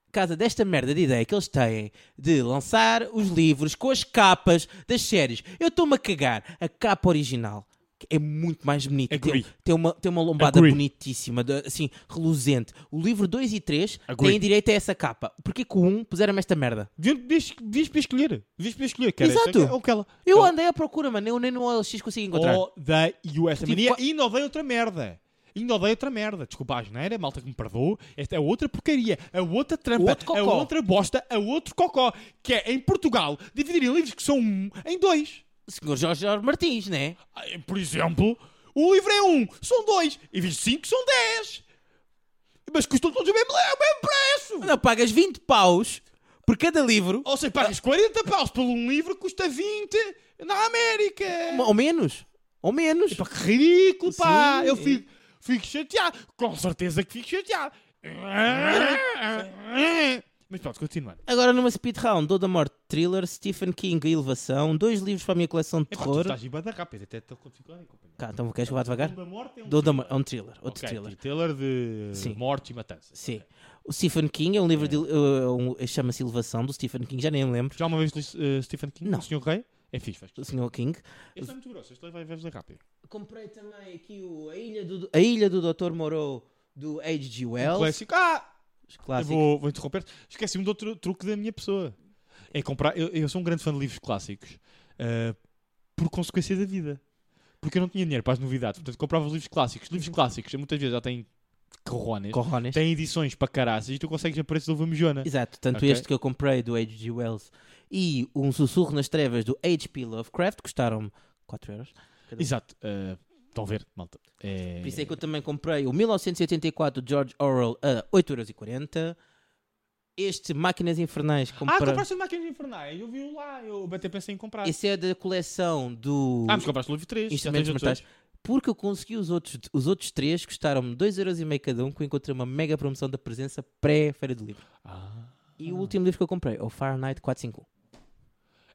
por causa desta merda de ideia que eles têm de lançar os livros com as capas das séries, eu estou-me a cagar. A capa original que é muito mais bonita. Tem, Agree. tem uma, tem uma lombada Agree. bonitíssima, de- assim, reluzente. O livro 2 e 3 Agree. têm direito a essa capa. Porquê que o 1 puseram esta merda? Deviam- Devias devias para escolher. Devias para escolher. é, Quer Exato. esta ou aquela. Eu Então, Oh. andei à procura, mano. Eu nem no OLX consigo encontrar. Odeio essa Tipo, mania qua- e ainda odeio outra merda. Ainda odeio outra merda. Desculpa a asneira, malta que me perdoou. Esta é outra porcaria, a outra trampa, Outro cocó. a outra bosta, a outro cocó. Que é, em Portugal, dividirem livros que são um em dois. O senhor Jorge Jorge Martins, né? Ah, Por exemplo, o livro é um, são dois. Em vez de cinco, são dez. Mas custam todos o mesmo, é o mesmo preço. Não, pagas 20 paus por cada livro, Ou seja, pagas 40 paus por um livro que custa 20 na América. ou menos. Ou menos. Pá, que ridículo, pá! Sim, eu é. fico, fico chateado. Com certeza que fico chateado. Mas pronto, continuando. Agora numa speed round, Dou da Morte Thriller, Stephen King e Elevação, dois livros para a minha coleção de É pá, tu terror. estás ibada rápida, até te consigo acompanhar. Cá, então queres que eu vá devagar? Da morte é um Dou da Morte, é um thriller, outro Ok, tipo, thriller. thriller de Sim. morte e matança. Sim. O Stephen King é um livro de. uh, um- Chama-se Elevação, do Stephen King, já nem me lembro. Já uma vez li eh, Stephen King? Não. O Senhor Rei? É fixe, faz. Do Sr. King. Este é muito grosso, este vai ver rápido. Comprei também aqui o A Ilha do, a Ilha do Dr. Moreau do H.G. Um Wells. clássico. Ah! Os Eu clássicos. vou, vou interromper. Esqueci-me de outro truque da minha pessoa. É comprar. Eu, eu sou um grande fã de livros clássicos ah, por consequência da vida. Porque eu não tinha dinheiro para as novidades. Portanto, comprava os livros clássicos. Livros clássicos, muitas vezes já têm corrones, Uhum. Corrones. têm edições para caraças e tu consegues a preço de luva mijona. Exato, tanto Ok. este que eu comprei do H.G. Wells e um Sussurro nas Trevas do H.P. Lovecraft custaram-me 4 euros. Exato. Ah, estão a ver, malta. É... Por isso é que eu também comprei o 1984 do George Orwell a 8,40€. Este Máquinas Infernais Ah, comprei. compraste as máquinas infernais. Eu vi lá, eu até pensei em comprar. Esse é da coleção do Ah, mas compraste o livro 3. Instrumentos Mortais. Porque eu consegui os outros, os outros três, custaram-me 2,5€ cada um, que eu encontrei uma mega promoção da presença pré-feira do livro. Ah, E o último livro que eu comprei é o Fahrenheit 451.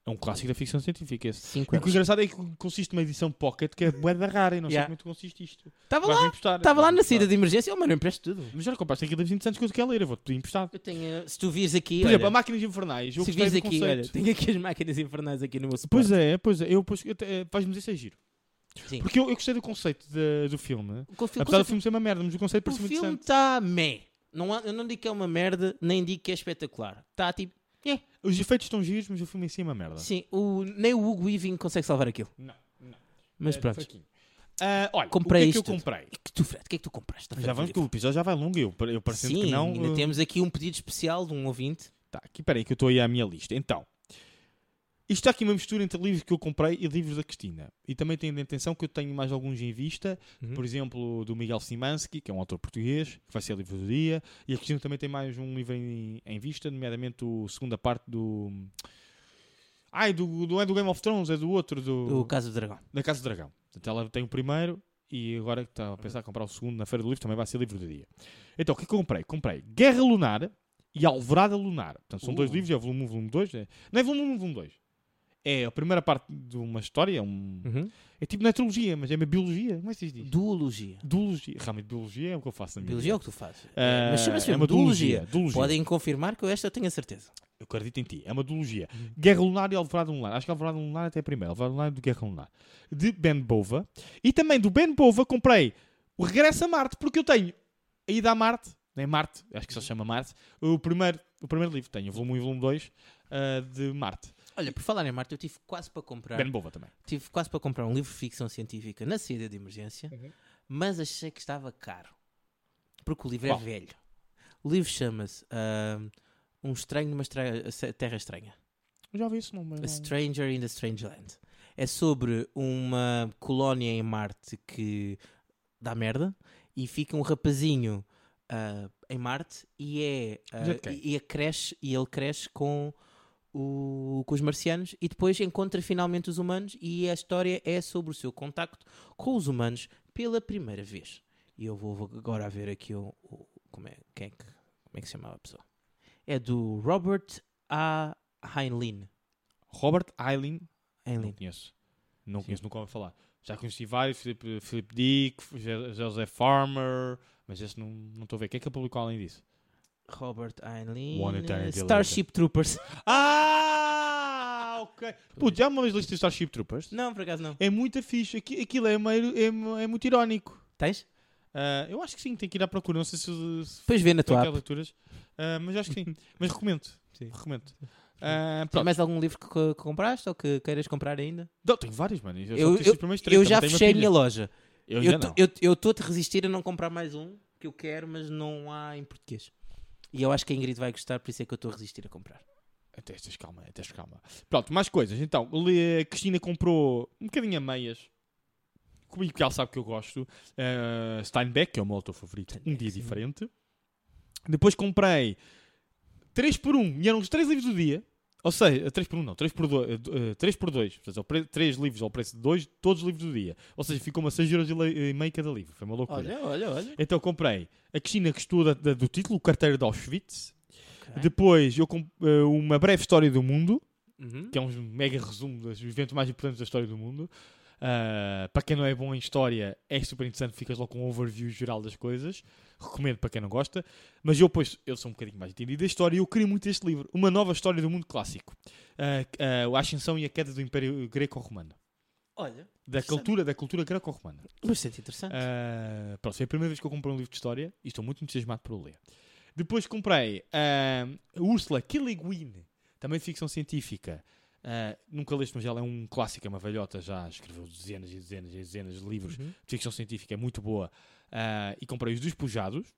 é um clássico da ficção científica esse. Cinco E o que é euros. engraçado é que consiste numa edição pocket que é bué da rara e não sei Yeah. como é que consiste isto. Estava Vais-me lá, emprestar. estava lá Vais-me na saída emprestar. de emergência. Oh, mano, eu empresto tudo. Mas já compraste aquilo das 20 anos que eu te quero ler, eu vou-te pedir emprestado. Eu tenho, se tu vires aqui, Por exemplo, a olha, Máquinas Infernais, eu se gostei vires do aqui, olha, conceito. tenho aqui as máquinas infernais aqui no meu Pois suporte. é, pois é. Eu, pois, eu te- eh, Vais-me dizer se é giro. Sim. Porque eu, eu gostei do conceito da- do filme. O filme- Apesar do filme ser uma merda, mas o conceito o parece muito filme interessante. está meh. Não há- eu não digo que é uma merda, nem digo que é espetacular. Está tipo, Os efeitos estão giros, mas o filme em si é uma merda. sim, o, nem o Hugo Weaving consegue salvar aquilo. Não, não. Mas É pronto. fraquinho. Ah, olha, Comprei o que é que eu isto tudo. comprei? E que tu, Fred, o que é que tu compraste? Já vamos que o episódio já vai longo. Eu, eu parecendo Sim, que não. ainda eh, temos aqui um pedido especial de um ouvinte. Tá, aqui, peraí, que eu estou aí à minha lista. Então, isto está aqui uma mistura entre livros que eu comprei e livros da Cristina. E também tenho de atenção que eu tenho mais alguns em vista, Uhum. por exemplo, do Miguel Simansky, que é um autor português, que vai ser livro do dia. E a Cristina também tem mais um livro em, em vista, nomeadamente o segunda parte do. hum, Ai, do, não é do Game of Thrones, é do outro, O do, Caso do Dragão. da Casa do Dragão. Portanto, ela tem o primeiro e agora que está a pensar em comprar o segundo na Feira do Livro, também vai ser livro do dia. Então, o que é que eu comprei? Comprei Guerra Lunar e Alvorada Lunar. Portanto, são dois Uh. livros, é o volume 1 e volume 2. Né? Não é volume 1 e volume 2. É a primeira parte de uma história, um... é tipo, não é trilogia, mas é uma biologia. Como é que se diz? Duologia. Duologia. Realmente, biologia é o que eu faço na minha Biologia é o vida. que tu fazes. Ah, Mas chama-se é mesmo uma duologia. duologia, duologia. Podem confirmar que eu esta eu tenho a certeza. Eu acredito em ti. É uma duologia. Guerra Lunar e Alvorada Lunar. Acho que Alvorada é Lunar até a primeira. Alvorada Lunar do Guerra Lunar. De Ben Bova. E também do Ben Bova comprei o Regresso a Marte, porque eu tenho a Ida a Marte, nem Marte, acho que só se chama Marte, o primeiro, o primeiro livro, tenho o volume 1 e o volume 2 ah, de Marte. Olha, por falar em Marte, eu tive quase para comprar. Ben Bova também. Tive quase para comprar um livro de ficção científica na saída de emergência, mas achei que estava caro. Porque o livro Qual? é velho. O livro chama-se ah, Um Estranho numa Estra- Terra Estranha. Eu já ouvi isso, não me... A Stranger in the Strange Land. É sobre uma colónia em Marte que dá merda e fica um rapazinho ah, em Marte e é ah, Já de quem? e, e a cresce e ele cresce com o, com os marcianos e depois encontra finalmente os humanos e a história é sobre o seu contacto com os humanos pela primeira vez. E eu vou agora ver aqui o, o- como é, quem é que, como é que se chamava a pessoa. É do Robert A. Heinlein. Robert Eileen, não Heinlein. conheço. Não Sim. conheço, nunca ouvi falar. Já conheci vários, Filipe, Filipe Dick, Jo- José Farmer, mas este não não estou a ver. O que é que ele publicou além disso? Robert Heinlein. One eh, Eternity Starship Troopers. *laughs* Ah, ok. Putz, já uma vez liste Starship Troopers? Não, por acaso não. É muita ficha. Aquilo é, meio, é, é muito irónico. Tens? Ah, eu acho que sim, tem que ir à procura. Não sei se, se Depois vê na tem tua aquelas app. leituras, Ah, mas acho que *laughs* sim. mas recomendo. Sim. Recomendo. Ah, Tem pronto. mais algum livro que, que compraste ou que queiras comprar ainda? Não, tenho vários, mano. Eu, só Eu- tenho estes primeiros três, eu também já tenho uma fechei a pilha. minha loja. Eu ainda não. Eu estou-te a resistir a não comprar mais um que eu quero, mas não há em português. E eu acho que a Ingrid vai gostar, por isso é que eu estou a resistir a comprar. Até estas calma, até estas calma. Pronto, mais coisas. Então, ali a Cristina comprou um bocadinho a meias. Comigo, que ela sabe que eu gosto. Eh, Steinbeck, que é o meu autor favorito. um Steinbeck, dia sim. diferente. Depois comprei 3 por 1 e eram os 3 livros do dia. Ou seja, 3 por 1 não, 3 por eh, 2. 3 por 2 ou seja, 3 livros ao preço de 2, todos os livros do dia. Ou seja, ficou-me a 6 euros e le- e meio cada livro. Foi uma loucura. olha, olha. Então comprei a Cristina que estuda da- do título, o carteiro de Auschwitz. Ok. Depois eu comp- eh, uma breve história do mundo, Uhum. que é um mega resumo dos eventos mais importantes da história do mundo. Ah, para quem não é bom em história, é super interessante, ficas logo com um overview geral das coisas. Recomendo para quem não gosta. Mas eu, pois, eu sou um bocadinho mais entendido da história e eu queria muito este livro. Uma nova história do mundo clássico. Ah, ah, a ascensão e a queda do Império Greco-Romano. Olha, Da Interessante. cultura, da cultura greco-romana. bastante interessante. Ah, pronto, foi a primeira vez que eu comprei um livro de história e estou muito entusiasmado por o ler. Depois comprei ah, a Ursula K. Le Guin, também de ficção científica. Ah, nunca leste, mas ela é um clássico, é uma velhota, já escreveu dezenas e dezenas e dezenas de livros Uhum. de ficção científica, é muito boa. Ah, e comprei os Despojados,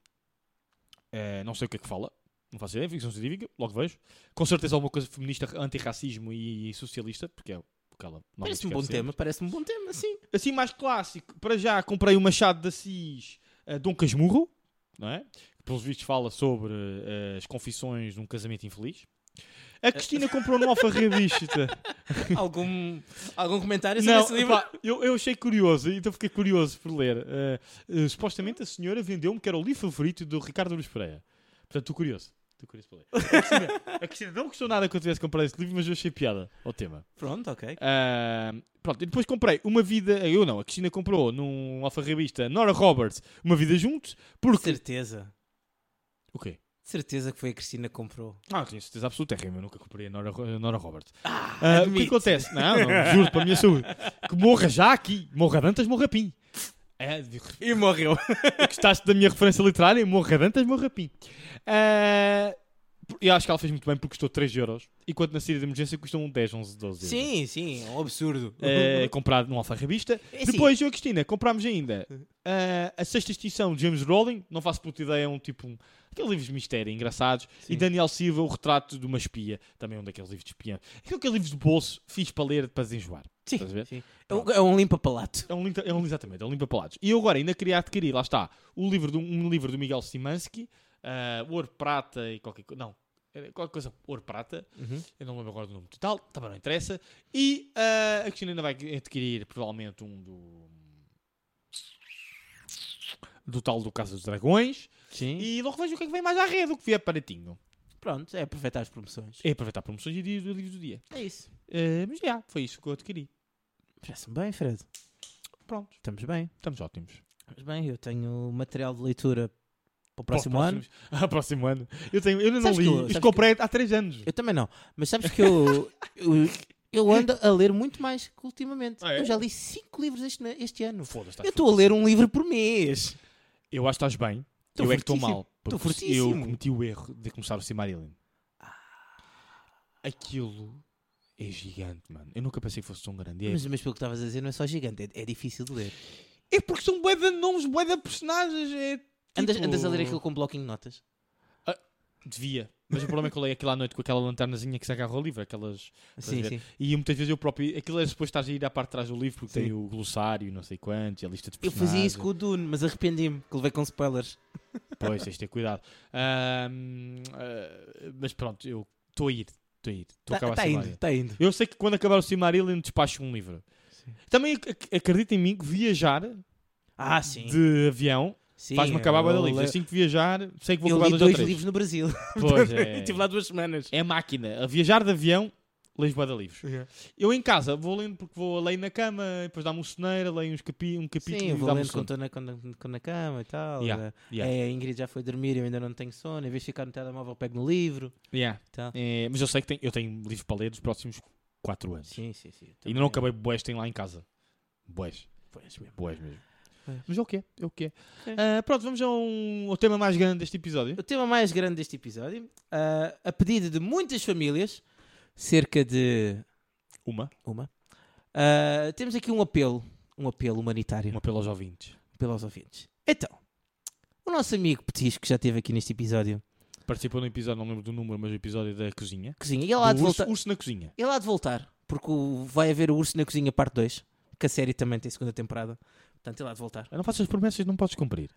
Ah, não sei o que é que fala, não faço ideia, ficção científica, logo vejo. Com certeza alguma coisa feminista, antirracismo e, e socialista, porque é o que ela normalmente Parece um bom escreve sempre. tema, parece um bom tema, sim. *laughs* Assim, mais clássico. Para já, comprei o Machado de Assis eh, Dom Casmurro, não é? Que, pelos vistos, fala sobre eh, as confissões de um casamento infeliz. A Cristina comprou um alfarrabista. algum, algum comentário sobre Não, *laughs* esse livro? pá, eu, eu achei curioso, então fiquei curioso por ler. Eh, eh, supostamente a senhora vendeu-me que era o livro favorito do Ricardo Luís Pereira. Portanto, estou curioso. Estou curioso para ler. A Cristina, a Cristina não gostou nada que eu tivesse comprado este livro, mas eu achei piada ao tema. Pronto, ok. Ah, pronto, e depois comprei Uma Vida. eh, Eu não, a Cristina comprou num alfarrabista Nora Roberts Uma Vida Juntos. Porque. Certeza. O quê? Certeza que foi a Cristina que comprou. Ah, tenho certeza absoluta, é rima, eu nunca comprei a Nora, Ro- a Nora Roberts. Ah, Ah, o que acontece? Não, não, juro para a minha saúde. Que morra já aqui. Morra Dantas, morra Pim. É, E morreu. gostaste da minha referência literária? Morra Dantas, morra Pim. Ah, eu acho que ela fez muito bem porque custou 3 euros. Enquanto na saída de emergência um custam 10, 11, 12 euros. Sim, sim, é um absurdo. *laughs* eh, comprado num alfarrabista. É assim. Depois, eu e a Cristina, comprámos ainda eh, a sexta extinção de James Rowling, não faço puta ideia, é um tipo, um, aqueles livros de mistério engraçados, Sim. e Daniel Silva, o retrato de uma espia, também um daqueles livros de espiã. Aqueles livros é de bolso, fiz para ler, para desenjoar. Sim, estás a ver? sim. É um, é um limpa-palato. É um, limpa- é um, exatamente, é um limpa-palados. E eu agora ainda queria adquirir, lá está, o livro do, um livro do Miguel Simansky, eh, Ouro Prata e qualquer coisa, não, era qualquer coisa, Ouro Prata, eu não lembro agora do nome total, também não interessa. E ah, a Cristina ainda vai adquirir provavelmente um do. do tal do Casa dos Dragões. Sim. E logo vejo o que é que vem mais à rede, o que vier baratinho. pronto, é aproveitar as promoções. É aproveitar promoções e dia do livro do dia. É isso. Ah, mas já, foi isso que eu adquiri. Parece-me bem, Fred. Pronto, Estamos bem. estamos ótimos. Estamos bem, eu tenho material de leitura para o próximo Para os ano. próximos- *laughs* Ah, próximo ano. Eu, tenho, eu ainda não Sabes que li. eu- Isto sabes comprei há 3 anos. *laughs* Eu também não. Mas sabes que eu, eu, Eu ando a ler muito mais que ultimamente. Ah, é? Eu já li cinco livros este, ne- este ano. Foda-se, estás Eu estou a ler um livro por mês. Eu acho que estás bem. Tô eu é que estou Então, fortíssimo. mal. Tô porque fortíssimo. Ah. Eu cometi o erro de começar o Silmarillion. Aquilo é gigante, mano. Eu nunca pensei que fosse tão grande. É, Mas, mas pelo que estavas a dizer, não é só gigante, é, é difícil de ler. é porque são bué de nomes, bué de personagens. É tipo... Andas, andas a ler aquilo com um bloquinho de notas? Devia. Mas o problema é que eu leio aquilo à noite com aquela lanternazinha que se agarra ao livro. Aquelas... Sim, a sim. E muitas vezes eu próprio... Aquilo é suposto estar a ir à parte de trás do livro porque Sim. tem o glossário, não sei quanto, e a lista de Eu personagens. fazia isso com o Dune, mas arrependi-me, que levei com spoilers. Pois, tens de ter cuidado. Ahm, ah, mas pronto, eu estou a ir. Estou a ir. Estou a Está acabar tá a indo, Silmarillion. está indo. Eu sei que quando acabar o Silmarillion despacho um livro. Sim. Também ac- ac- acredita em mim que viajar Ah, sim. de avião Sim, faz-me acabar eu a livros. le- Assim que viajar, sei que vou Eu acabar li dois, ou dois três. livros no Brasil. Pois, é. *laughs* Estive lá duas semanas. é máquina. A viajar de avião, leis bué de livros. Eu em casa vou lendo porque vou leio na cama, depois dá-me um soneira, leio uns capi, um capítulo Sim, eu e vou dá-me um lendo sono. quando estou na, quando- quando na cama e tal. Yeah, É, yeah. a Ingrid já foi dormir e eu ainda não tenho sono. Em vez de ficar no telemóvel, pego no livro. Yeah. Tá. É, mas eu sei que tenho, eu tenho livros para ler dos próximos 4 anos. Sim, sim, sim. Ainda não acabei boés, tem lá em casa. Boés. Pois mesmo. Boés mesmo. Pois. Mas é o que é, é o que é. Ok. Ah, pronto, vamos a um- ao tema mais grande deste episódio. O tema mais grande deste episódio, ah, a pedido de muitas famílias, cerca de Uma. uma, ah, temos aqui um apelo, um apelo humanitário Uma pelos ouvintes. pelos ouvintes. Então, o nosso amigo Petisco, que já esteve aqui neste episódio, Participou no episódio, não lembro do número, mas o episódio da cozinha. cozinha, e ele há Do de urso, voltar. urso na cozinha. Ele há de voltar, porque o- vai haver o Urso na Cozinha parte 2, que a série também tem segunda temporada. Portanto, ele há de voltar. Ah, Não faças promessas, não podes cumprir.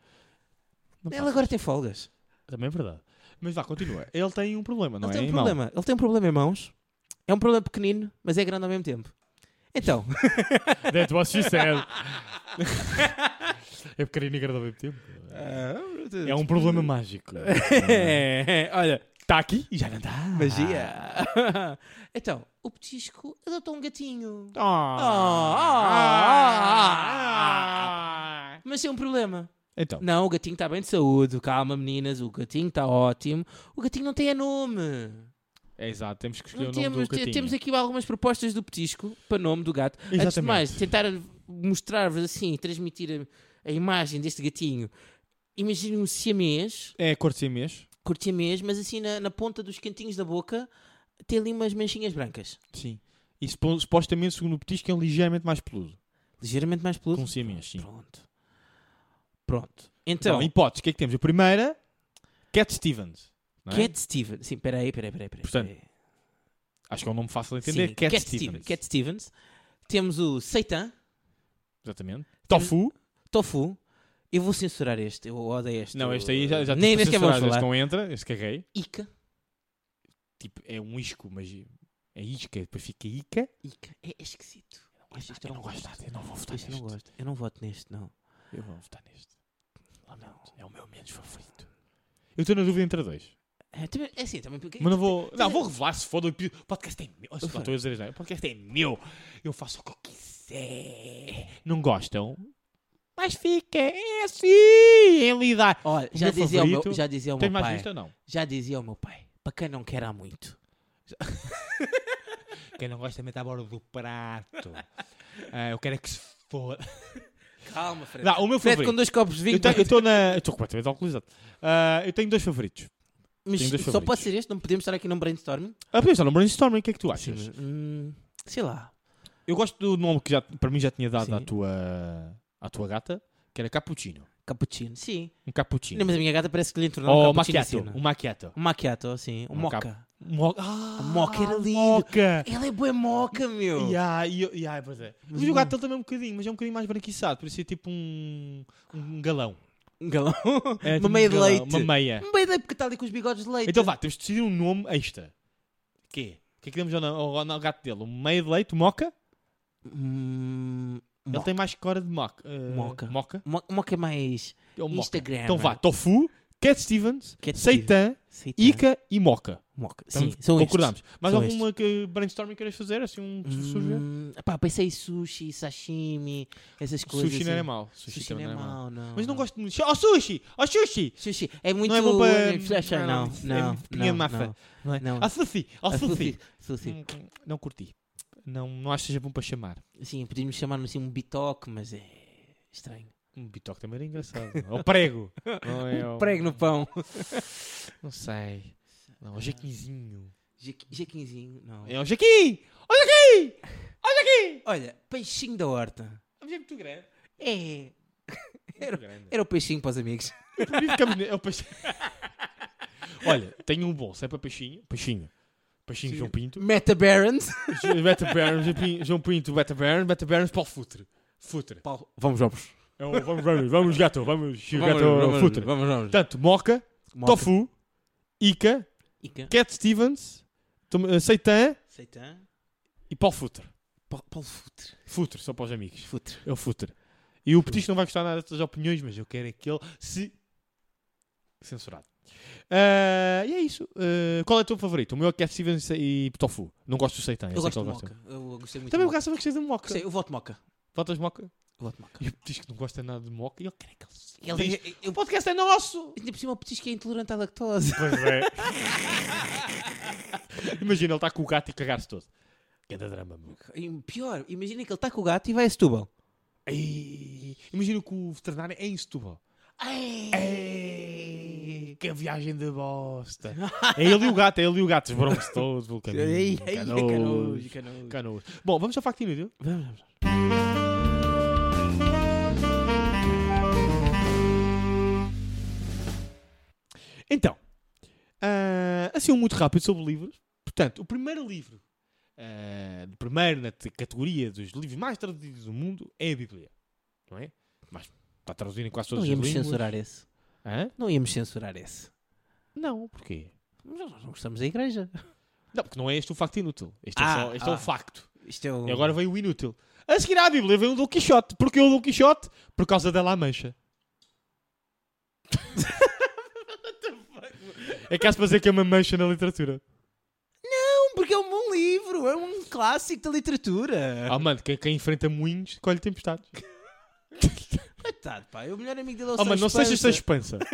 Não Ele faças. agora tem folgas. Também é verdade. Mas vá, continua. Ele tem um problema, não ele é? tem um irmão? problema. Ele tem um problema em mãos. É um problema pequenino, mas é grande ao mesmo tempo. Então, *laughs* That's what she said. *laughs* é pequenino e grande ao mesmo tempo. *laughs* É um problema *laughs* mágico. É, Olha, Está aqui e já não tá. está. magia. *laughs* então, o Petisco adotou um gatinho. Ah. Mas tem um problema. Então, Não, o gatinho está bem de saúde. Calma, meninas, o gatinho está ótimo. O gatinho não tem é nome. é exato, temos que escolher Não o nome do temos, te- gatinho. temos aqui algumas propostas do petisco para nome do gato. Antes de Exatamente. mais, tentar mostrar-vos assim, transmitir a, a imagem deste gatinho. Imaginem um siamês, É cor de siamês? curto siamês, mas assim na, na ponta dos cantinhos da boca tem ali umas manchinhas brancas. Sim. E supo- supostamente, segundo o petisco, é ligeiramente mais peludo. Ligeiramente mais Com peludo. siamês, sim. Pronto. Pronto. Então, Então, hipóteses, o que é que temos? A primeira, Cat Stevens. não é? Cat Stevens. Sim, peraí, peraí, peraí. peraí. Portanto, peraí. Acho que é um nome fácil de Sim, entender. Cat, Stevens. Steven- Cat Stevens. Temos o Seitan, Exatamente. Temos- Tofu. Tofu. Eu vou censurar este, eu odeio este. Não, Eu- este aí já, já Nem tive este é para bom censurar, falar. Este não entra, este caguei. Ica. Tipo, é um isco, mas é isca, depois fica ica. Ica. É é esquisito. Este- este eu não gosto nada, eu não vou votar Este eu não neste. gosto. Eu não voto neste, não. Eu vou votar neste. É o meu menos favorito. Eu estou na dúvida entre dois. É, também, é assim, também porque... Mas não vou. *laughs* Não, vou revelar se for do epi- O podcast é meu. Olha, Ufa. estou a dizer, asneira. o podcast é meu. Eu faço o que eu quiser. Não gostam? Mas fica. É assim. É lidar. Olha, O já meu dizia, ao meu, favorito- já dizia ao Tem meu mais pai. vista ou não? Já dizia ao meu pai. Para quem não quer há muito. Quem não gosta mete à borda do *laughs* prato. Ah, eu quero é que se foda. Calma, *laughs* Fred. Não, o meu Fred com favorito. dois copos de vinho. Eu tenho- eu estou na. eu Estou completamente alcoolizado. Ah, eu tenho dois favoritos. mas tenho dois só favoritos. pode ser este? Não podemos estar aqui num brainstorming? Ah, podemos estar no brainstorming, o que é que tu achas? mas, hum, sei lá. Eu gosto do nome que já, para mim já tinha dado Sim. à tua, à tua gata, que era cappuccino. Cappuccino. Sim. Um cappuccino. Não, mas a minha gata parece que lhe entornou Ou um cappuccino macchiato. assim, não? Um macchiato. Um macchiato, sim. Um, Um moca. cap- Mo ah, O moca era lindo. Moca. Ela é boa moca, meu. *laughs* Yeah, e eu- yeah, é verdade. Mas o não. gato dele também é um bocadinho, mas é um bocadinho mais branquiçado. Parecia tipo um, um galão. Um galão. É tipo uma meia um de galão, leite. Uma meia. Um meia de leite porque está ali com os bigodes de leite. Então vá, temos de decidir um nome extra. Quê? O que é que demos ao, ao, ao gato dele? Um meia de leite, moca? Hum, Ele tem mais cara de moca. eh, Moca. Moca? mo- moca é mais É um moca. Instagram. Então vá, tofu, Cat Stevens, Cat seitan, Sim, tá. ica e moca. Moca. Sim, Então, são concordamos. Mais São alguma que brainstorming queres fazer? Assim, um estes. sujeito? Hum, pá, pensei em sushi, sashimi, essas coisas. Sushi não assim. era mau. Sushi, Sushi também não é mau. mau, não. Mas não gosto muito. Ó sushi! Ó sushi! Sushi é muito. não é bom para. Flecha, não. Não, é muito pequena não, massa. não. Não é? não. Ó sushi! Ó Ah, sushi! Sushi. Hum, Não curti. não, não acho que seja bom para chamar. Sim, podíamos chamar-me assim um bitoque, mas é estranho. Um bitoque também era engraçado. Ou *laughs* prego. Não é Um o- prego no pão. Não sei. Não, é o Jaquinzinho. Jequi- Jequinzinho, não. É o Jaquim! Olha aqui! Olha aqui! Olha, peixinho da horta. É muito grande. É. Era- Muito grande. Era o peixinho para os amigos. Por isso que a menina- é o peixe- *laughs* Olha, tenho um bom. Se é para peixinho, peixinho. Peixinho Sim. João Pinto. Meta Barons. Beta Barons, João Pin- João Pinto, Beta Barons, Beta Barons, Paulo Futre. Futre. Vamos, vamos. É o- vamos, vamos, vamos, gato, vamos, Chico, Vamos, gato, vamos, Futre. vamos, vamos. Portanto, Moca, Moca. Tofu, Ica, Ica. Cat Stevens, Tom- eh, Seitan Seitan. e Paulo Futre. Pa- Paulo Futre. Futre, só para os amigos. Futre. É o Futre. E o Petis não vai gostar nada destas opiniões, mas eu quero é que ele se. censurado. Ah, e é isso. Ah, qual é o teu favorito? O meu é Cat Stevens e Tofu. Não gosto do Seitan. Eu gosto de moca. Eu gostei muito Também de moca. gosto, também gostei de Moca. Gostei, Eu voto moca. Votas Moca? Eu voto moca. E o Petis que não gosta nada de Moca. E ele quer que ele se. Ele- diz, eu- eu- O podcast é nosso! Ainda por cima o petisco é intolerante à lactose. Pois é. *laughs* Imagina, ele está com o gato e cagar-se todo. Que é drama, meu. E Pior, imagina que ele está com o gato e vai a Setúbal. Ei, imagina que o veterinário é em Setúbal. Ei, que viagem de bosta. É ele e o gato, é ele e o gato. Esbronam-se todos pelo caminho. Ei, ei, é Canoas, canojo, canojo. canoas. Bom, vamos ao facto inútil. Vamos, vamos. Então, ah, assim um muito rápido sobre livros. Portanto, o primeiro livro, ah, o primeiro na te- categoria dos livros mais traduzidos do mundo, é a Bíblia. Não é? Mas está traduzido em quase todas Não as íamos línguas. censurar esse. Hã? Não íamos censurar esse. Não, porquê? Mas nós não gostamos da igreja. Não, porque não é este o facto inútil. Este, Ah, é, só, este é ah. o facto. Isto é o... E agora veio o inútil. A seguir à Bíblia veio o Dom Quixote. Porquê o Dom Quixote? Por causa da La Mancha. é que há-se para dizer que é uma mancha na literatura. Não, porque é um bom livro. É um clássico da literatura. Ah, mano, quem, quem enfrenta moinhos colhe tempestades. Coitado, pá. é O melhor amigo dele é o Ah, mano, não sejas sem espansa. *laughs*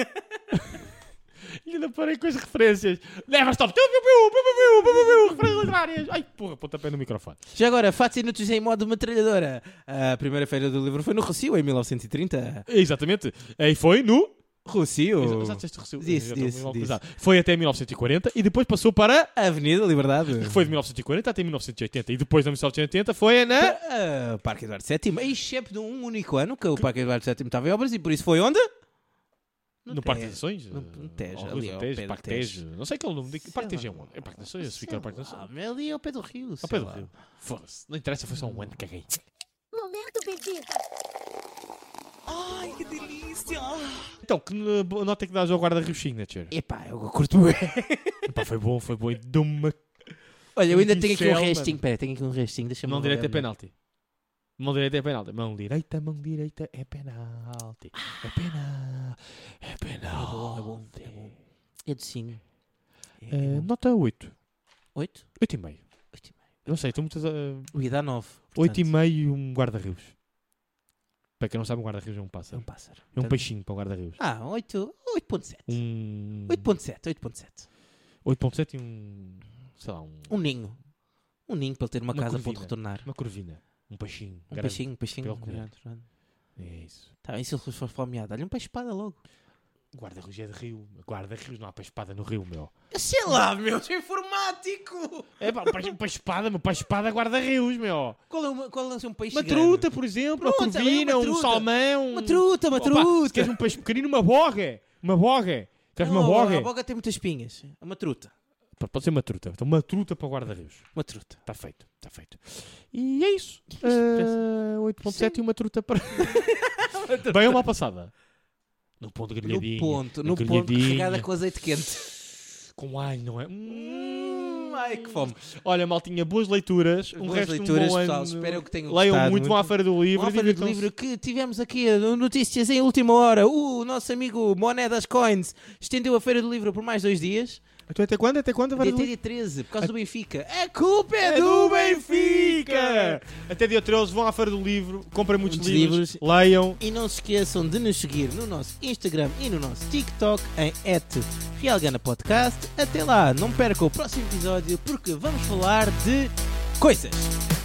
E ainda parei com as referências. Never stop. Piu, piu, piu, piu, piu, piu, piu, piu, Referências literárias. Ai, porra, pontapé no microfone. Já agora, fatos inúteis em modo metralhadora. A primeira feira do livro foi no Rocio, em 1930. Exatamente. Aí foi no Rocio. Exato, disseste Rossio. Disse, Eu já estou disse, mal disse. localizado. Foi até 1940 e depois passou para. *laughs* Avenida Liberdade. Foi de 1940 até 1980 e depois de 1980 foi na. Ah, ah, Parque Eduardo VII, excepto de um único ano que o Parque Eduardo VII estava em obras e por isso foi onde? No Parque das Tejo. Nações? eh, No- no Tejo, Alguns É, ali no ao Hum, Tejo, pé do Parque Tejo. Tejo. Não sei qual é o nome. de- Sei Parque Tejo é lá. onde? É Parque das Nações? Se fica no Parque das Nações. Ali ao pé do Rio. Ao pé do Rio. Foda-se. Não interessa, foi só um ano que caguei. Momento bebida. Ai, que delícia! Então, que n- boa nota é que dás ao guarda-rio Signature? Epá, eu curto bué. *laughs* Epá, foi bom, foi bom. E deu uma. Olha, eu ainda Que tenho aqui um incel, restinho. Pera, tenho aqui um restinho. Deixa-me Mão avaliar direita é melhor. penalti. Mão direita é penalti. Mão direita, mão direita é penalti. É penalti. É É penalti. bom, é bom. É docinho. É, Eh, Nota 8. 8? 8 e meio. Eu Não sei, tem muitas. Uh, O ia dar 9. 8 e meio e um guarda-rios. Para quem não sabe, um guarda-rios é um É um pássaro. pássaro. É um Portanto- peixinho para um guarda-rios. Ah, 8, 8.7. Um. 8.7, 8.7. 8.7 e um. Sei lá, um, Um ninho. Um ninho para ele ter uma, Uma casa para onde corvina. retornar. uma corvina. Um peixinho. Um grande. peixinho, um peixinho. para ele comer. grande, grande. É isso. Tá, e se ele for flameado? Dá-lhe um peixe espada logo. Guarda-rios é de rio. Guarda-rios não há peixe espada no rio, meu. Sei lá, meu, sou informático! É pá, um peixe, um peixe espada, meu. Peixe espada guarda-rios, meu. Qual é, uma, qual é um peixe Uma grande? truta, por exemplo. Pronto, Uma olha, corvina, uma um truta. salmão. Uma truta, uma Opa, se truta! queres um peixe pequenino, uma boga. Uma boga. Queres uma Não, boga? A boga tem muitas espinhas. É Uma truta. Pronto, Pode ser uma truta. Então, uma truta para o guarda-rios. Uma truta. Está feito, está feito. E é isso. Ah, 8.7 e uma truta *laughs* para. Bem ou mal passada? No ponto No grelhadinho. ponto, no ponto, grelhadinha. carregada com azeite quente. Com alho, não é? Hum, Hum, ai, que fome. Olha, maltinha, boas leituras. Um Boas resto de um leituras, bom pessoal. ano. Espero que tenham Leiam gostado muito, muito. vão à Feira do Livro. Uma feira de divirtam-se. livro que tivemos aqui eh, no notícias em última hora. O nosso amigo Monedas Coins estendeu a feira do livro por mais dois dias. Então, até quando? Até quando? a Feira do Dia 3 Livro? dia 13, por causa do Benfica. A culpa é É do Benfica! Até dia 13, vão à Feira do Livro, comprem muitos, Muitos livros, livros. leiam. E não se esqueçam de nos seguir no nosso Instagram e no nosso TikTok em @realgana_podcast. Até lá, não percam o próximo episódio porque vamos falar de coisas.